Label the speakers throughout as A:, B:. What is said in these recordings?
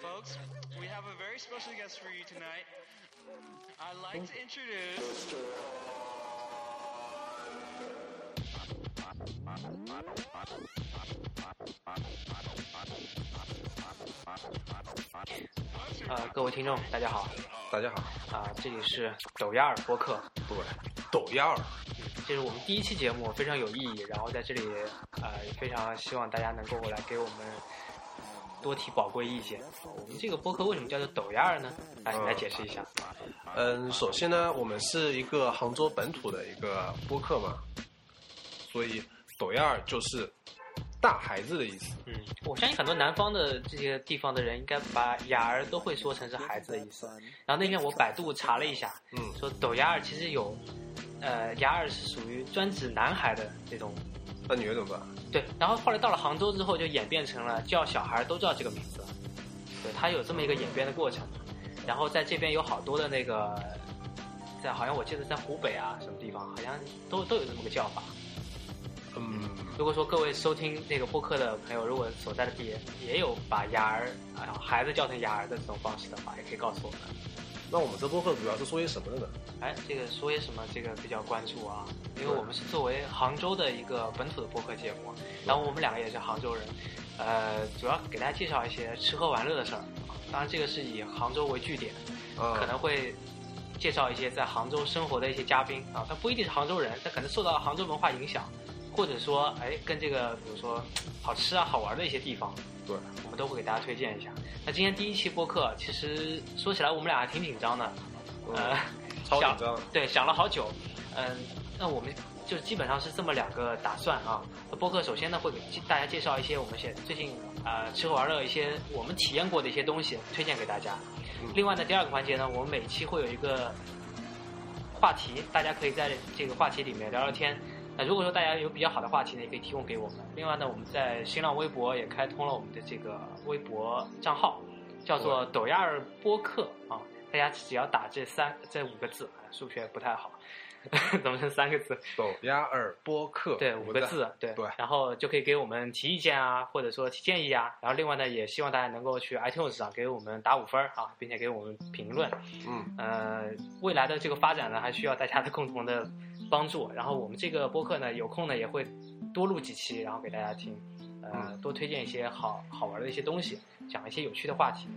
A: folks. We have a very special guest for you tonight. I'd like to introduce. Monster
B: 呃，各位听众，大家好
C: 大家好，
B: 啊、这里是抖鸭尔播客，
C: 对，抖音儿，
B: 这是我们第一期节目，非常有意义。然后在这里，呃，也非常希望大家能够来给我们嗯多提宝贵意见。我们这个播客为什么叫做抖鸭尔呢？来，你来解释一下。
C: 嗯，首先呢，我们是一个杭州本土的一个播客嘛，所以抖音儿就是大孩子的意思。
B: 嗯，我相信很多南方的这些地方的人，应该把雅儿都会说成是孩子的意思。然后那天我百度查了一下，
C: 嗯，
B: 说抖鸭儿其实有，呃，鸭儿是属于专指男孩的这种
C: 那女儿怎么办？
B: 对，然后后来到了杭州之后，就演变成了叫小孩都叫这个名字，对，它有这么一个演变的过程。然后在这边有好多的那个，在好像我记得在湖北啊什么地方，好像都都有这么个叫法。
C: 嗯，
B: 如果说各位收听这个播客的朋友，如果所在的地也有把雅儿啊孩子叫成雅儿的这种方式的话，也可以告诉我们。
C: 那我们这播客主要是说些什么的呢？
B: 哎，这个说些什么？这个比较关注啊，因为我们是作为杭州的一个本土的播客节目，然后我们两个也是杭州人，呃，主要给大家介绍一些吃喝玩乐的事儿。当然，这个是以杭州为据点，
C: 啊、
B: 可能会介绍一些在杭州生活的一些嘉宾啊，他不一定是杭州人，他可能受到杭州文化影响，或者说，哎，跟这个比如说好吃啊、好玩的一些地方，
C: 对，
B: 我们都会给大家推荐一下。那今天第一期播客，其实说起来我们俩还挺紧张的，呃。
C: 嗯超紧张。
B: 对，想了好久。嗯、那我们就基本上是这么两个打算啊。播客首先呢会给大家介绍一些我们现最近啊、呃吃喝玩乐一些我们体验过的一些东西，推荐给大家。
C: 嗯
B: 另外呢，第二个环节呢，我们每期会有一个话题，大家可以在这个话题里面聊聊天。那如果说大家有比较好的话题呢，也可以提供给我们。另外呢，我们在新浪微博也开通了我们的这个微博账号，叫做“抖鸭儿播客”啊。大家只要打这三这五个字，数学不太好， 怎么是三个字？
C: 抖音儿播客，
B: 对，
C: 我
B: 五
C: 们
B: 个
C: 的
B: 字，对，
C: 对
B: 然后就可以给我们提意见啊，或者说提建议啊。然后另外呢，也希望大家能够去 iTunes 上给我们打五分儿啊，并且给我们评论。
C: 嗯，
B: 呃，未来的这个发展呢，还需要大家的共同的帮助。然后我们这个播客呢，有空呢也会多录几期，然后给大家听，呃，
C: 嗯
B: 多推荐一些好好玩的一些东西，讲一些有趣的话题。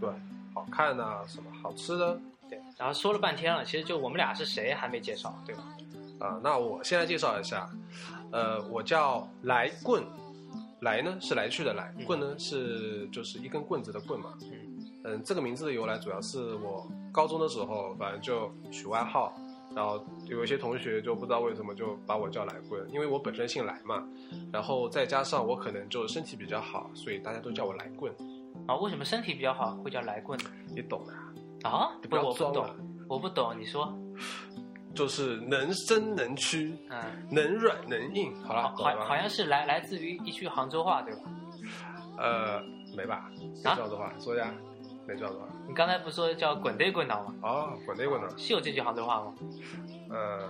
C: 对，好看呐、什么好吃的
B: 对，然后说了半天了，其实就我们俩是谁还没介绍，对吧？
C: 啊、那我现在介绍一下，呃，我叫来棍，来呢是来去的来
B: 嗯，
C: 棍呢是就是一根棍子的棍嘛。
B: 嗯
C: 嗯，这个名字的由来主要是我高中的时候，反正就取外号，然后有一些同学就不知道为什么就把我叫来棍，因为我本身姓来嘛，然后再加上我可能就身体比较好，所以大家都叫我来棍，
B: 啊，为什么身体比较好会叫来棍呢？
C: 你懂的啊。
B: 啊？
C: 你
B: 不，
C: 不要
B: 我不
C: 装
B: 懂
C: 了，
B: 我不懂，你说，
C: 就是能伸能屈，
B: 嗯，
C: 能软能硬。啊好了，
B: 好，
C: 懂了
B: 好，
C: 吧
B: 好像是来来自于一句杭州话，对吧？
C: 呃没吧？
B: 啊
C: 没叫的话，说呀，没叫的话。
B: 你刚才不说叫滚对滚脑吗？
C: 哦，滚内滚呢？
B: 是有这句杭州话吗？
C: 呃，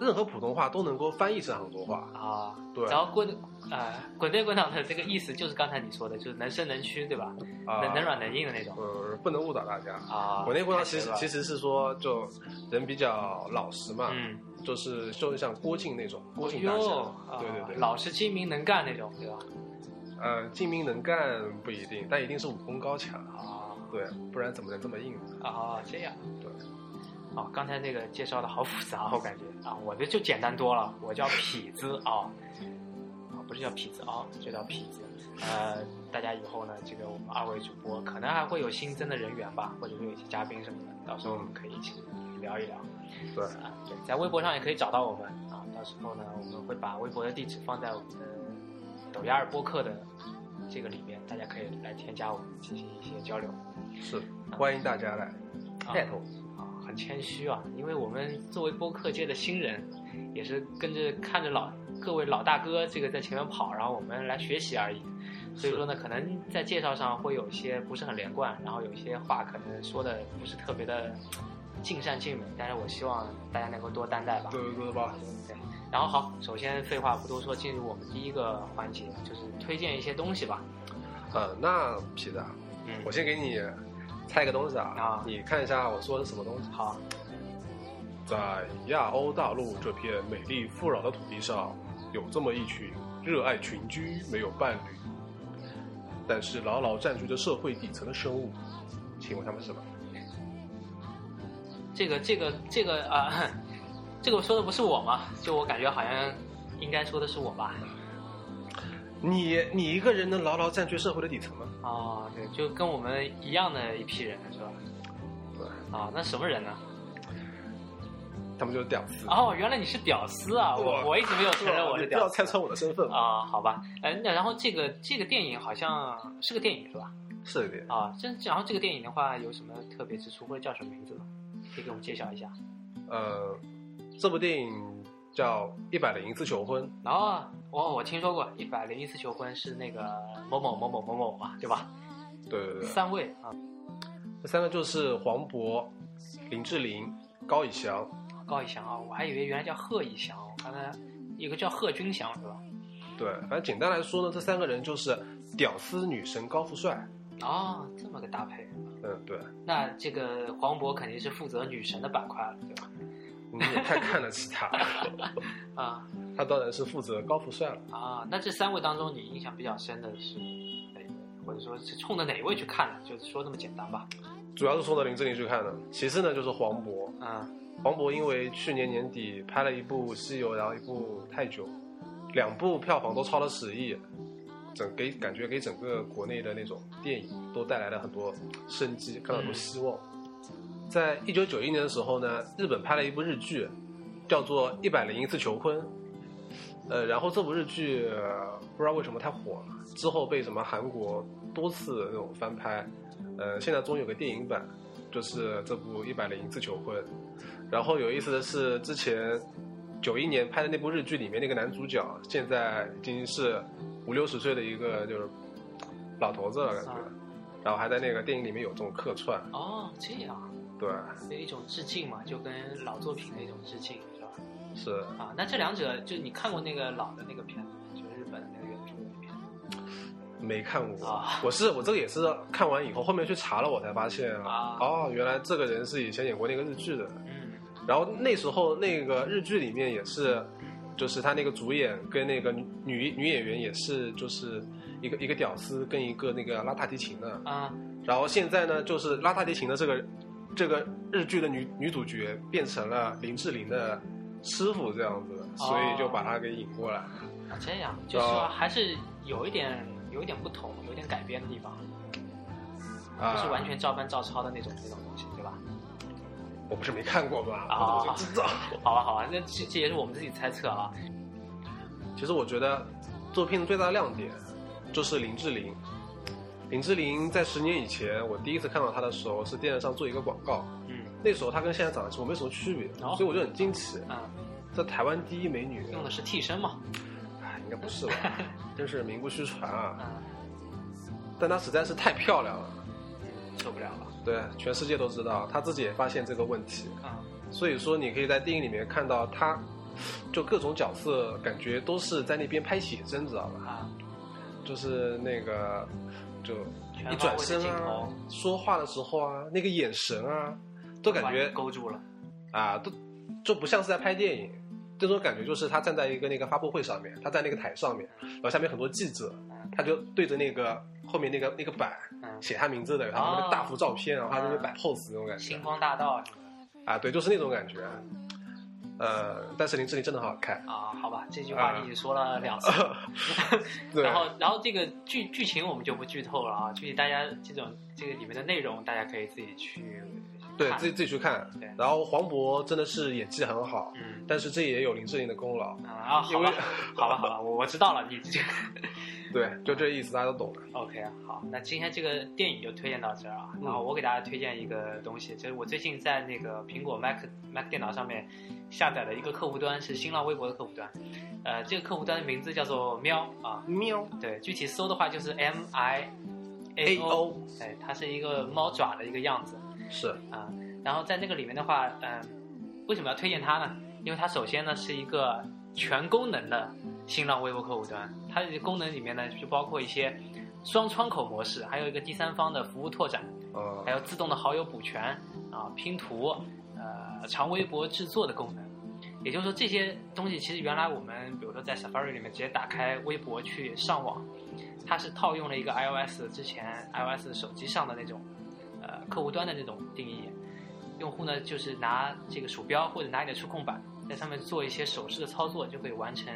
C: 任何普通话都能够翻译成杭州话。
B: 啊，
C: 对
B: 然后滚呃滚对滚脑的这个意思就是刚才你说的，就是能伸能屈，对吧？
C: 啊、
B: 能能软能硬的那种
C: 呃，不能误导大家。
B: 啊。
C: 国内棍
B: 太
C: 呢，其
B: 绝
C: 实
B: 了
C: 其实是说，就人比较老实嘛，
B: 嗯，
C: 就是就是像郭靖那种，郭靖大侠，
B: 哟，啊
C: 对对对，
B: 老实精明能干那种，对吧？
C: 呃，精明能干不一定，但一定是武功高强，
B: 啊
C: 对，不然怎么能这么硬呢？
B: 啊，这样。
C: 对，
B: 啊，刚才那个介绍的好复杂，我感觉啊，我的就简单多了，我叫痞子啊，啊不是叫痞子啊，就叫痞子。呃，大家以后呢，这个我们二位主播可能还会有新增的人员吧，或者说有一些嘉宾什么的，到时候我们可以一起聊一聊。
C: 对，
B: 啊，对，在微博上也可以找到我们啊。到时候呢，我们会把微博的地址放在我们的抖鸭儿播客的这个里面，大家可以来添加我们进行一些交流。
C: 是，欢迎大家来
B: 啊
C: at 我，
B: 啊，很谦虚啊，因为我们作为播客界的新人，也是跟着看着老各位老大哥这个在前面跑，然后我们来学习而已。所以说呢，可能在介绍上会有一些不是很连贯，然后有一些话可能说的不是特别的尽善尽美，但是我希望大家能够多担待吧。
C: 对对对吧？
B: 对，然后好，首先废话不多说，进入我们第一个环节，就是推荐一些东西吧。
C: 呃，那痞子啊，
B: 嗯
C: 我先给你猜个东西啊，
B: 啊
C: 你看一下我说的是什么东西。
B: 好，
C: 在亚欧大陆这片美丽富饶的土地上，有这么一群热爱群居、没有伴侣，但是牢牢占据着社会底层的生物。请问他们是什么？
B: 这个这个这个啊、这个说的不是我吗？就我感觉好像应该说的是我吧？
C: 你你一个人能牢牢占据社会的底层吗？
B: 哦，对，就跟我们一样的一批人是吧？
C: 对，
B: 啊、那什么人呢？
C: 他们就是屌丝。
B: 哦，原来你是屌丝啊！我
C: 哇
B: 我一直没有承认我
C: 你
B: 是
C: 不要
B: 屌丝
C: 猜穿我的身份嘛。
B: 啊、好吧。哎，那然后这个这个电影好像是个电影是吧？
C: 是的，
B: 啊，这然后这个电影的话有什么特别之处，或者叫什么名字吗？可以给我们揭晓一下。
C: 呃，这部电影叫《一百零一次求婚》，
B: 然后我、我听说过《一百零一次求婚》是那个某某某某某某嘛，对吧？
C: 对对对，
B: 三位啊，
C: 这三个就是黄渤、林志玲、高以翔，
B: 高以翔啊，我还以为原来叫贺以翔，我刚才有个叫贺军翔是吧？
C: 对，反正简单来说呢，这三个人就是屌丝女神高富帅。
B: 哦，这么个搭配，
C: 嗯，对，
B: 那这个黄渤肯定是负责女神的板块了，对吧？
C: 你也太看得起他了，
B: 啊
C: 他当然是负责高富帅了。
B: 啊，那这三位当中你印象比较深的是哪一位，或者说是冲着哪一位去看的？就是说这么简单吧。
C: 主要是冲着林志玲去看的，其次呢就是黄渤。
B: 嗯，
C: 黄渤因为去年年底拍了一部《西游》，然后一部《泰囧》，两部票房都超了十亿，整给感觉给整个国内的那种电影都带来了很多生机，看到很多希望。在一九九一年的时候呢，日本拍了一部日剧，叫做《一百零一次求婚》。呃，然后这部日剧、呃不知道为什么太火了，之后被什么韩国多次那种翻拍，呃，现在终于有个电影版，就是这部《一百零一次求婚》。然后有意思的是，之前九一年拍的那部日剧里面那个男主角，现在已经是五六十岁的一个就是老头子了感觉
B: 啊，
C: 然后还在那个电影里面有这种客串，
B: 哦，这样，
C: 对，
B: 有一种致敬嘛，就跟老作品的一种致敬，是吧？
C: 是
B: 啊，那这两者就你看过那个老的那个片子吗，就是日本的那个原著的片子
C: 没看过。
B: 啊
C: 我是我这个也是看完以后，后面去查了，我才发现
B: 啊
C: 哦，原来这个人是以前演过那个日剧的。
B: 嗯，
C: 然后那时候那个日剧里面也是，就是他那个主演跟那个女女演员也是就是一个一个屌丝跟一个那个拉大提琴的。
B: 啊，
C: 然后现在呢，就是拉大提琴的这个这个日剧的女女主角变成了林志玲的师傅这样子，所以
B: 哦
C: 就把她给引过来。
B: 啊这样，就是说
C: 啊
B: 还是有一点有一点不同，有一点改编的地方，
C: 啊，
B: 不是完全照搬照抄的那种那种东西，对吧？
C: 我不是没看过吗？
B: 啊
C: 我就知道。
B: 好吧，啊好吧，那这这也是我们自己猜测啊。
C: 其实我觉得这部片子最大的亮点就是林志玲。林志玲在十年以前，我第一次看到她的时候是电视上做一个广告，
B: 嗯
C: 那时候她跟现在长得其实没什么区别，
B: 哦
C: 所以我就很惊奇，
B: 嗯，
C: 这台湾第一美女，
B: 用的是替身嘛？
C: 哎，应该不 是吧？真是名不虚传啊！
B: 嗯，
C: 但她实在是太漂亮了，
B: 受不了了。
C: 对，全世界都知道，她自己也发现这个问题，
B: 嗯，
C: 所以说你可以在电影里面看到她，就各种角色感觉都是在那边拍写真，知道吧？
B: 啊，
C: 就是那个，就
B: 全
C: 一
B: 方
C: 转
B: 位的
C: 身
B: 镜
C: 啊
B: 头，
C: 说话的时候啊，那个眼神啊，都感
B: 把
C: 觉
B: 你勾住了。
C: 啊，都就不像是在拍电影。这种感觉就是他站在一个那个发布会上面，他在那个台上面，然后下面很多记者，他就对着那个后面那个那个板
B: 嗯，
C: 写他名字的，然后他们那个大幅照
B: 哦
C: 片，然后他在那边摆 pose 那种感觉
B: 星光大道什么
C: 啊，对，就是那种感觉。呃，但是林志玲真的很好看，
B: 的啊？好吧，这句话
C: 啊
B: 你已经说了两次了。
C: 对，
B: 然后，然后这个剧剧情我们就不剧透了啊，具体大家这种这个里面的内容，大家可以自己去
C: 对
B: 看
C: 自己自己去看
B: 对。
C: 然后黄渤真的是演技很好，
B: 嗯
C: 但是这也有林志玲的功劳。
B: 嗯啊，好
C: 因为
B: 吧，好吧，好吧，我我知道了，你这个
C: 对，就这意思，大家都懂了。
B: OK 啊，好，那今天这个电影就推荐到这儿啊。
C: 嗯
B: 然后我给大家推荐一个东西，就是我最近在那个苹果 Mac Mac 电脑上面下载了一个客户端，是新浪微博的客户端。呃，这个客户端的名字叫做喵啊，
C: 喵
B: 对，具体搜的话就是 M I A O，哎，它是一个猫爪的一个样子。
C: 是
B: 啊。然后在那个里面的话，嗯、为什么要推荐它呢？因为它首先呢是一个全功能的新浪微博客户端，它的功能里面呢就包括一些双窗口模式，还有一个第三方的服务拓展，
C: 呃
B: 还，有自动的好友补全啊、拼图、呃长微博制作的功能。也就是说，这些东西其实原来我们比如说在 Safari 里面直接打开微博去上网，它是套用了一个 iOS 之前 iOS 手机上的那种呃客户端的那种定义。用户呢，就是拿这个鼠标或者拿你的触控板，在上面做一些手势的操作，就可以完成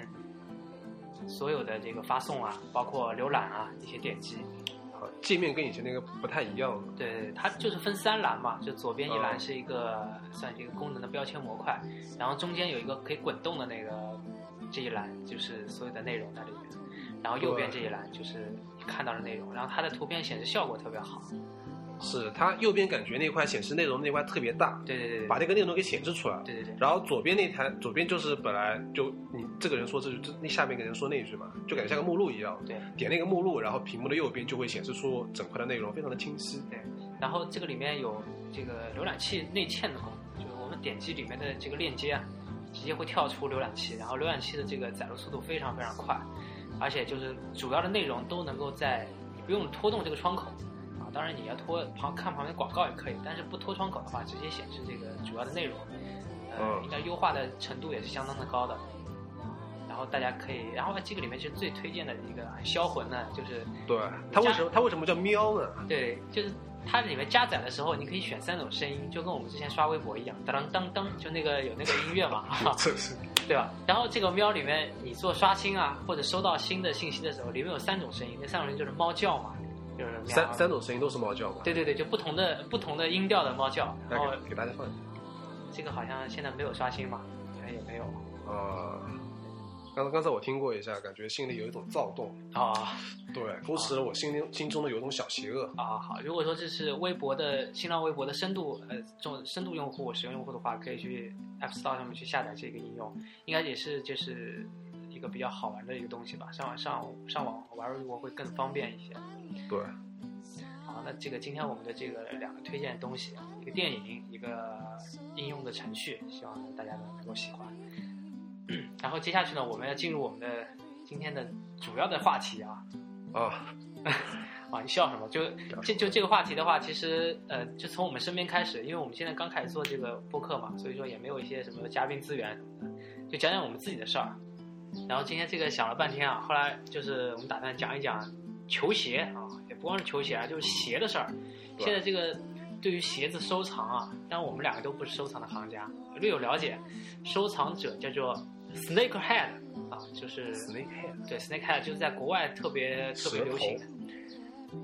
B: 所有的这个发送啊，包括浏览啊一些点击。
C: 好界面跟以前那个不太一样了。
B: 对，它就是分三栏嘛，就左边一栏
C: 嗯
B: 是一个、算是一个功能的标签模块，然后中间有一个可以滚动的那个这一栏，就是所有的内容在里面，然后右边这
C: 对
B: 一栏就是你看到的内容，然后它的图片显示效果特别好。
C: 是它右边感觉那块显示内容那块特别大，
B: 对对对
C: 把
B: 对，
C: 那个内容给显示出来。
B: 对对对，
C: 然后左边那台，左边就是本来就你这个人说这句，那下面一个人说那句嘛，就感觉像个目录一样。
B: 对，
C: 点那个目录，然后屏幕的右边就会显示出整块的内容，非常的清晰。
B: 然后这个里面有这个浏览器内嵌的功能，就是我们点击里面的这个链接啊，直接会跳出浏览器，然后浏览器的这个啊载入速度非常非常快，而且就是主要的内容都能够在你不用拖动这个窗口啊，当然你要拖旁看旁边广告也可以，但是不拖窗口的话，直接显示这个主要的内容，呃，
C: 嗯
B: 应该优化的程度也是相当的高的。然后大家可以，然后这个里面是最推荐的一个销魂呢，就是
C: 对，
B: 嗯
C: 它为什么它为什么叫喵呢？
B: 对，就是它里面加载的时候，你可以选三种声音，就跟我们之前刷微博一样，当当当，就那个有那个音乐 嘛，
C: 这是
B: 对吧？然后这个喵里面，你做刷新啊，或者收到新的信息的时候，里面有三种声音，那三种声音就是猫叫嘛，就是喵
C: 三三种声音都是猫叫嘛？
B: 对哦对对，就不同的不同的音调的猫叫。
C: 来
B: 然后
C: 给给大家放一下。
B: 这个好像现在没有刷新嘛，好像也没有。
C: 啊、刚才刚才我听过一下，感觉心里有一种躁动，
B: 哦
C: 对，勾起了我心里心中的有一种小邪恶。
B: 啊，好，如果说这是微博的新浪微博的深度呃这种深度用户使用用户的话，可以去 App Store 上面去下载这个应用，应该也是就是一个比较好玩的一个东西吧。上网上上网玩微博会更方便一些。
C: 对，
B: 好，那这个今天我们的这个两个推荐的东西，一个电影，一个应用的程序，希望大家能够喜欢。 然后接下去呢，我们要进入我们的今天的主要的话题啊，
C: 啊，
B: 啊，你笑什么？就这就这个话题的话，其实呃，就从我们身边开始，因为我们现在刚开始做这个播客嘛，所以说也没有一些什么嘉宾资源什么的，就讲讲我们自己的事儿。然后今天这个想了半天啊，后来就是我们打算讲一讲球鞋啊，也不光是球鞋啊，就是鞋的事儿。
C: 对
B: 现在这个对于鞋子收藏啊，但我们两个都不是收藏的行家，略有了解。收藏者叫做 snakehead 啊，就是
C: 死那个
B: 对 snakehead 就是在国外特别特别
C: 蛇
B: 流
C: 头
B: 行的。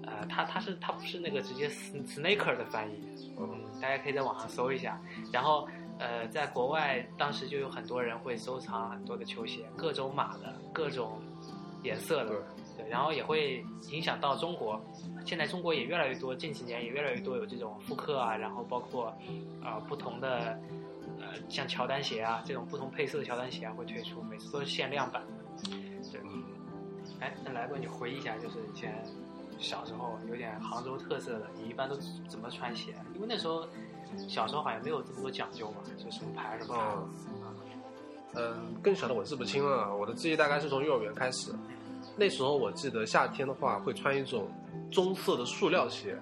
B: 呃，它它是它不是那个直接 sn- snaker 的翻译，
C: 嗯，
B: 大家可以在网上搜一下。然后呃，在国外当时就有很多人会收藏很多的球鞋，各种码的，各种颜色的，
C: 对，
B: 对，然后也会影响到中国。现在中国也越来越多，近几年也越来越多有这种复刻啊，然后包括呃不同的呃像乔丹鞋啊这种不同配色的乔丹鞋啊会推出，每次都是限量版的。对，哎，那来吧，你回忆一下，就是以前小时候有点杭州特色的，你一般都怎么穿鞋？因为那时候小时候好像没有这么多讲究嘛，就什么牌什么牌。啊
C: 嗯嗯，更小的我记不清了，我的记忆大概是从幼儿园开始。那时候我记得夏天的话会穿一种棕色的塑料鞋，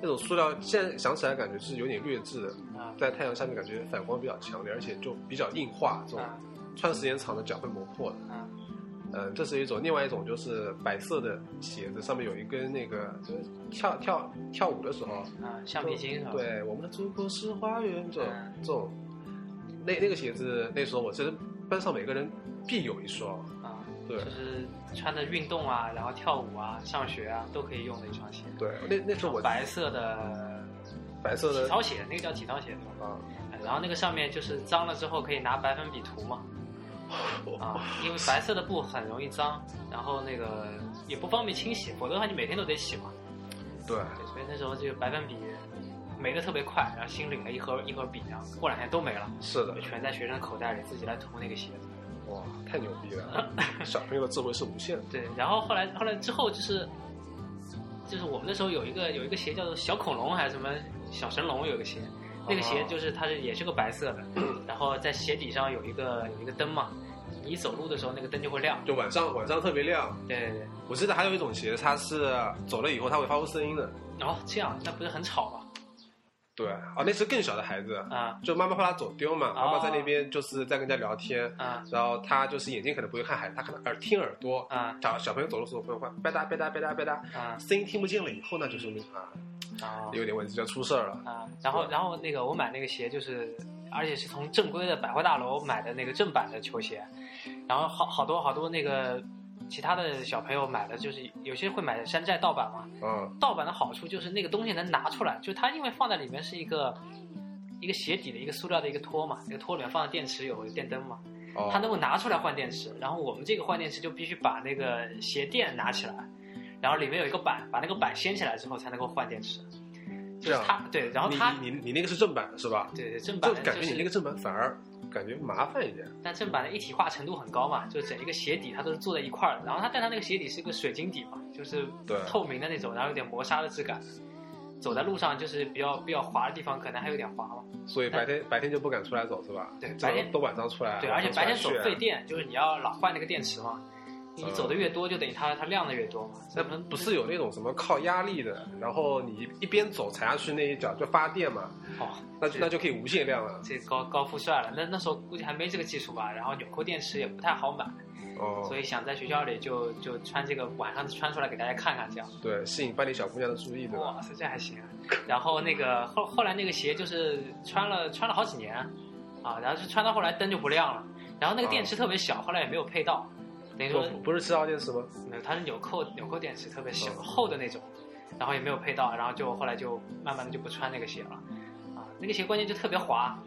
C: 那种塑料现在想起来感觉是有点劣质的，
B: 啊
C: 在太阳下面感觉反光比较强烈，而且就比较硬化，这种
B: 啊
C: 穿时间长了脚会磨破的。
B: 啊！
C: 嗯，这是一种，另外一种就是白色的鞋子，上面有一根那个，就是跳跳跳舞的时候，
B: 啊，橡皮筋是吧？
C: 对，我们的祖国是花园，这种
B: 嗯
C: 这种，那那个鞋子，那时候我其实班上每个人必有一双，
B: 啊，
C: 对
B: 就是穿着运动啊，然后跳舞啊，上学啊都可以用的一双鞋。
C: 对，那那时候我
B: 白色的
C: 白色
B: 体
C: 的
B: 操鞋，那个叫体操鞋是吧？
C: 啊，
B: 哎然后那个上面就是脏了之后可以拿白粉笔涂嘛，啊，因为白色的布很容易脏，然后那个也不方便清洗，否则的话你每天都得洗嘛。
C: 对，
B: 对，所以那时候这个白粉笔没的特别快，然后新领了一盒一盒笔，然后过两天都没了，
C: 是的
B: 就，全在学生口袋里自己来涂那个鞋子。
C: 哇，太牛逼 了，小朋友的智慧是无限的，
B: 对，然后后来后来之后就是，就是我们那时候有一个有一个鞋叫做小恐龙还是什么小神龙，有一个鞋，那个鞋就是它是也是个白色的，然后在鞋底上有一个有一个灯嘛，你走路的时候那个灯就会亮。
C: 就晚上晚上特别亮。
B: 对对对。
C: 我记得还有一种鞋，它是走了以后它会发出声音的。
B: 哦，这样那不是很吵吗？
C: 对，啊，那是更小的孩子，
B: 啊
C: 就妈妈怕他走丢
B: 哦
C: 嘛，妈妈在那边就是在跟人家聊天，
B: 啊
C: 然后他就是眼睛可能不会看孩子，他可能耳听耳朵，
B: 啊
C: 小小朋友走路的时候会换吧嗒吧嗒吧嗒吧嗒，
B: 啊
C: 声音听不见了以后呢，就是啊
B: 啊
C: 有点问题，就出事儿了。
B: 啊！然后然后那个我买那个鞋就是，而且是从正规的百货大楼买的那个正版的球鞋，然后好好多好多那个其他的小朋友买的就是有些会买山寨盗版嘛，
C: 嗯，
B: 盗版的好处就是那个东西能拿出来，就它因为放在里面是一个一个鞋底的一个塑料的一个托嘛，那个托里面放的电池有电灯嘛，
C: 哦，
B: 它能够拿出来换电池。然后我们这个换电池就必须把那个鞋垫拿起来，然后里面有一个板，把那个板掀起来之后才能够换电池。就是
C: 这样
B: 它对，然后
C: 你
B: 它
C: 你你你那个是正版的是吧？
B: 对对正版
C: 就
B: 的
C: 感
B: 就
C: 觉你那
B: 是
C: 个，正版反而感觉麻烦一点。
B: 但正版的一体化程度很高嘛，就整一个鞋底它都是做在一块儿的。然后它但它那个鞋底是一个水晶底嘛，就是
C: 对
B: 透明的那种，然后有点磨砂的质感。走在路上就是比较比较滑的地方，可能还有点滑嘛。
C: 所以白天白天就不敢出来走是吧？
B: 哎对
C: 走
B: 白天
C: 都晚上出来，
B: 对，而且白天
C: 走
B: 走费电，就是你要老换那个电池嘛。你
C: 啊嗯
B: 走的越多，就等于它它亮的越多嘛。
C: 那不不是有那种什么靠压力的，然后你一边走踩下去那一脚就发电嘛，
B: 哦，
C: 那就那就可以无限量了。
B: 这高高富帅了。那那时候估计还没这个技术吧，然后纽扣电池也不太好买，
C: 哦
B: 所，以想在学校里就就穿这个晚上穿出来给大家看看这样。
C: 对，吸引班里小姑娘的注意，对吧？
B: 哇塞，这还行啊。然后那个后后来那个鞋就是穿了穿了好几年啊，然后就穿到后来灯就不亮了，然后那个电
C: 啊
B: 池特别小，后来也没有配到，等于说
C: 不不是七号电池吗？
B: 没有，它是纽扣纽扣电池，特别小、
C: 嗯
B: 厚的那种，然后也没有配到，然后就后来就慢慢的就不穿那个鞋了，啊，那个鞋关键就特别滑，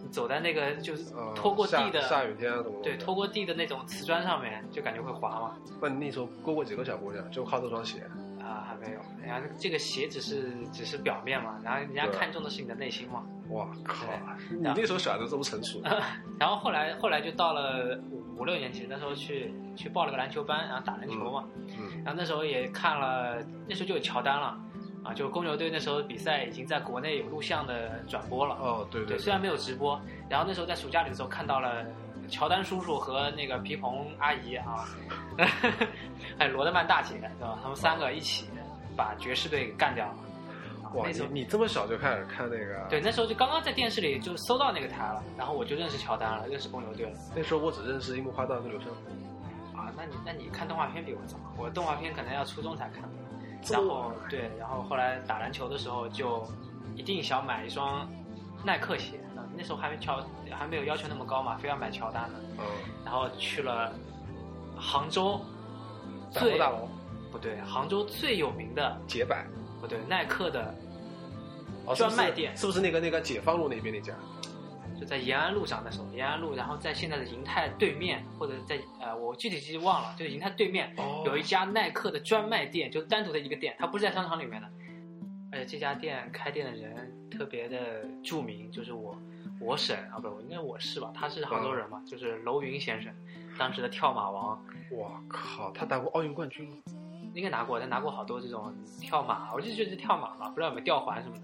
B: 你走在那个就是
C: 呃，
B: 拖过地的，
C: 下下雨天啊什么的
B: 对，拖。过地的那种瓷砖上面，就感觉会滑嘛，
C: 那你那时候勾过几个小姑娘？就靠这双鞋。
B: 啊，还没有，然后这个鞋只是只是表面嘛，然后人家
C: 对
B: 看重的是你的内心嘛，
C: 哇靠！你
B: 然后
C: 那时候小孩子这么 成熟，
B: 然后后来后来就到了五五六年级，那时候去去报了个篮球班，然后打篮球嘛，
C: 嗯，
B: 然后那时候也看了，那时候就有乔丹了，啊，就公牛队那时候比赛已经在国内有录像的转播了，
C: 哦，对
B: 对，啊虽然没有直播，然后那时候在暑假里的时候看到了乔丹叔叔和那个皮蓬阿姨啊， 还有罗德曼大姐对吧？他们三个一起把爵士队给干掉了。啊
C: 哇，
B: 那时
C: 你
B: 候
C: 你这么小就开始看那个？
B: 对，，那时候就刚刚在电视里就搜到那个台了，然后我就认识乔丹了，认识公牛队了。
C: 那时候我只认识樱木花道和柳生。
B: 啊，那你那你看动画片比我早，我动画片可能要初中才看。
C: 这
B: 然
C: 么
B: 后对，然后后来打篮球的时候就一定想买一双耐克鞋，嗯那时候还没乔还没有要求那么高嘛，非要买乔丹的。
C: 嗯，
B: 然后去了杭州
C: 百货
B: 最
C: 大楼
B: 不对，杭州最有名的
C: 解百。
B: 不对耐克的
C: 哦，
B: 专卖店
C: 是不是那个那个解放路那边那家？
B: 就在延安路上，那时候延安路，然后在现在的银泰对面，或者在呃我具体记忘了，就是银泰对面
C: 哦
B: 有一家耐克的专卖店，就单独的一个店，它不是在商场里面的。而且这家店开店的人特别的著名，就是我我婶啊，不是我应该我是吧？他是杭州人嘛，就是楼云先生，当时的跳马王，
C: 我靠，他打过奥运冠军。
B: 应该拿过，他拿过好多这种跳马，我就觉得是跳马嘛，不知道有没有吊环什么的。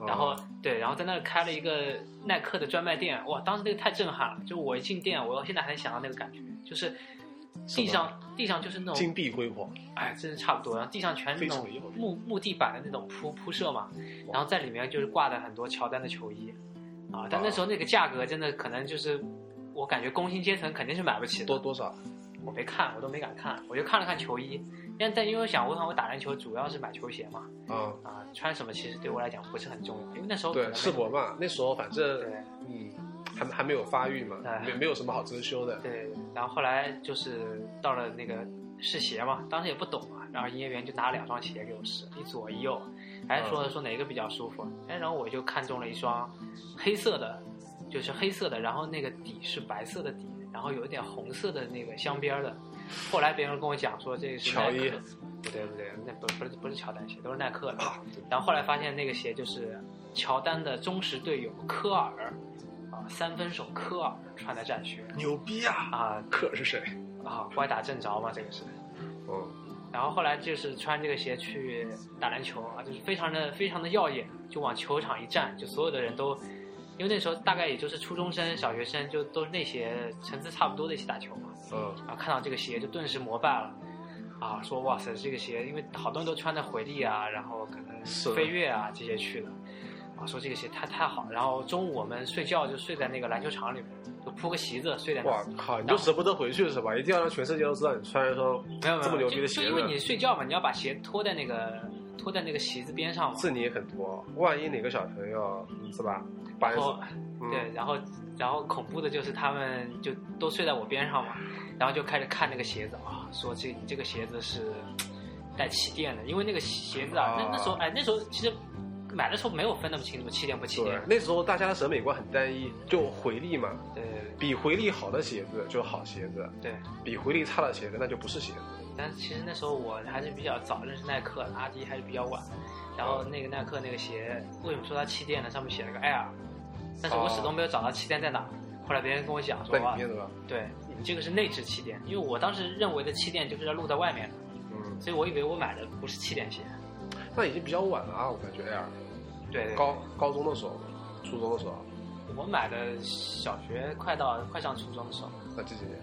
C: 嗯
B: 然后对，然后在那儿开了一个耐克的专卖店，哇，当时那个太震撼了！就我一进店，我现在还能想到那个感觉，就是地上地上就是那种，
C: 金碧辉煌，
B: 哎，真是差不多，然后地上全是那种
C: 非常有
B: 木木地板的那种铺铺设嘛，然后在里面就是挂的很多乔丹的球衣，啊，但那时候那个价格真的可能就是。我感觉工薪阶层肯定是买不起的
C: 多，多少？
B: 我没看，我都没敢看，我就看了看球衣。但但因为我想，我想我打篮球主要是买球鞋嘛，
C: 嗯，
B: 啊，穿什么其实对我来讲不是很重要，因为那时候可能
C: 对，
B: 没
C: 世
B: 什么
C: 博嘛，那时候反正
B: 对
C: 嗯，还还没有发育嘛，
B: 哎
C: 没没有什么好遮羞的。
B: 对，然后后来就是到了那个试鞋嘛，当时也不懂嘛，然后营业员就拿两双鞋给我试，一左一右，哎，
C: 嗯
B: 说说哪个比较舒服，哎，然后我就看中了一双黑色的，就是黑色的，然后那个底是白色的底，然后有一点红色的那个镶边儿的。后来别人跟我讲说这是
C: 乔
B: 耐克
C: 伊
B: 的，不对不对，那不不是不是乔丹鞋，都是耐克的。然后后来发现那个鞋就是乔丹的忠实队友科尔，啊，三分手科尔穿的战靴。
C: 牛逼啊！
B: 啊，
C: 克是谁？
B: 啊，歪打正着嘛，这个是。
C: 嗯，
B: 然后后来就是穿这个鞋去打篮球啊，就是非常的非常的耀眼，就往球场一站，就所有的人都因为那时候大概也就是初中生、小学生，就都是那些层次差不多的一起打球嘛。
C: 嗯，
B: 啊，看到这个鞋就顿时膜拜了，啊，说哇塞，这个鞋，因为好多人都穿着回力啊，然后可能
C: 是
B: 飞跃啊这些去的，啊，说这个鞋太太好了。然后中午我们睡觉就睡在那个篮球场里面，就铺个席子睡在那儿
C: 哇。靠，你就舍不得回去是吧？一定要让全世界都知道你穿一双
B: 没有没有，
C: 这么牛逼的
B: 就
C: 鞋
B: 就
C: 子啊
B: 因为你睡觉嘛，你要把鞋拖在那个拖在那个席子边上嘛。
C: 字你也很多，万一哪个小朋友嗯是吧，把人
B: 然后
C: 嗯
B: 对，然后然后恐怖的就是他们就都睡在我边上嘛，然后就开始看那个鞋子啊，说这你这个鞋子是带气垫的，因为那个鞋子啊，
C: 啊
B: 那那时候哎那时候其实买的时候没有分那么清楚气垫不气
C: 对
B: 垫，，
C: 那时候大家的审美观很单一，就回力嘛，
B: 对
C: 比回力好的鞋子就是好鞋子，
B: 对。
C: 比回力差的鞋子那就不是鞋子。
B: 但是其实那时候我还是比较早认识耐克，阿迪还是比较晚。然后
C: 嗯
B: 那个耐克那个鞋，为什么说它气垫呢？上面写了个 Air，但是我始终没有找到气垫在哪儿。后来别人跟我讲说
C: 哦在，
B: 哇
C: 里面是嗯吧？
B: 对你这个是内置气垫，因为我当时认为的气垫就是要露在外面的，
C: 嗯，
B: 所以我以为我买的不是气垫鞋。
C: 那已经比较晚了啊，我感觉哎呀，
B: 对对，
C: 高高中的时候，初中的时候，
B: 我买的小学快到快上初中的时候，
C: 那这几年，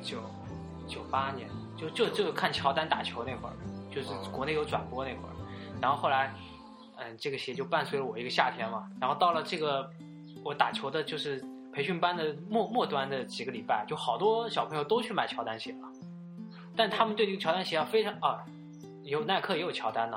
B: 九九八年，就就就看乔丹打球那会儿，就是
C: 哦
B: 国内有转播那会儿，然后后来，嗯，这个鞋就伴随了我一个夏天嘛，然后到了这个我打球的就是培训班的末末端的几个礼拜，就好多小朋友都去买乔丹鞋了，但他们对这个乔丹鞋啊非常啊，有耐克也有乔丹呐、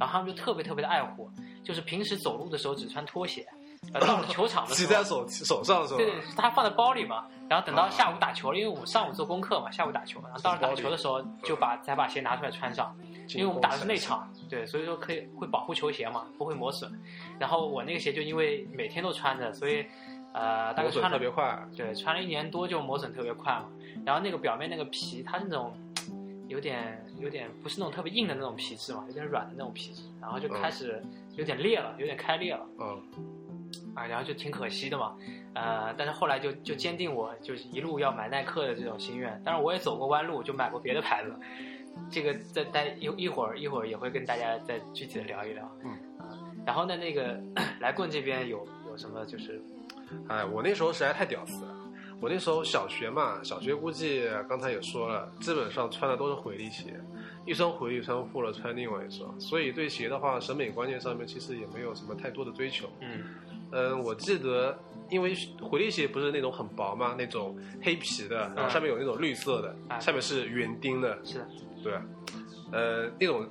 B: 然后他们就特别特别的爱护，就是平时走路的时候只穿拖鞋，呃，到了球场的时
C: 系
B: 候
C: 在手手上是吧？
B: 对对，他放在包里嘛，然后等
C: 啊
B: 到下午打球了，因为我们上午做功课嘛，下午打球，然后到了打球的时候就把才把鞋拿出来穿上，因为我们打的是内场，对，所以说可以会保护球鞋嘛，不会磨损。然后我那个鞋就因为每天都穿着，所以呃大概
C: 磨损
B: 穿
C: 特
B: 了
C: 别快，
B: 对穿了一年多就磨损特别快嘛，然后那个表面那个皮它是那种。有点有点不是那种特别硬的那种皮质嘛，有点软的那种皮质，然后就开始有点裂了，有点开裂了。
C: 嗯，
B: 啊，然后就挺可惜的嘛，呃，但是后来就就坚定我就是一路要买耐克的这种心愿，当然我也走过弯路，就买过别的牌子，这个再待一一会儿一会儿也会跟大家再具体的聊一聊，
C: 嗯
B: 啊，然后呢那个 来棍这边有有什么就是
C: 哎，我那时候实在太屌丝了。我那时候小学嘛，小学估计刚才也说了，基本上穿的都是回力鞋，一双回力穿破了穿另外一双，所以对鞋的话，审美观念上面其实也没有什么太多的追求。
B: 嗯
C: 嗯，我记得，因为回力鞋不是那种很薄嘛，那种黑皮的，然后上面有那种绿色的，
B: 嗯
C: 下面是圆钉的，
B: 是的
C: 对，呃，那种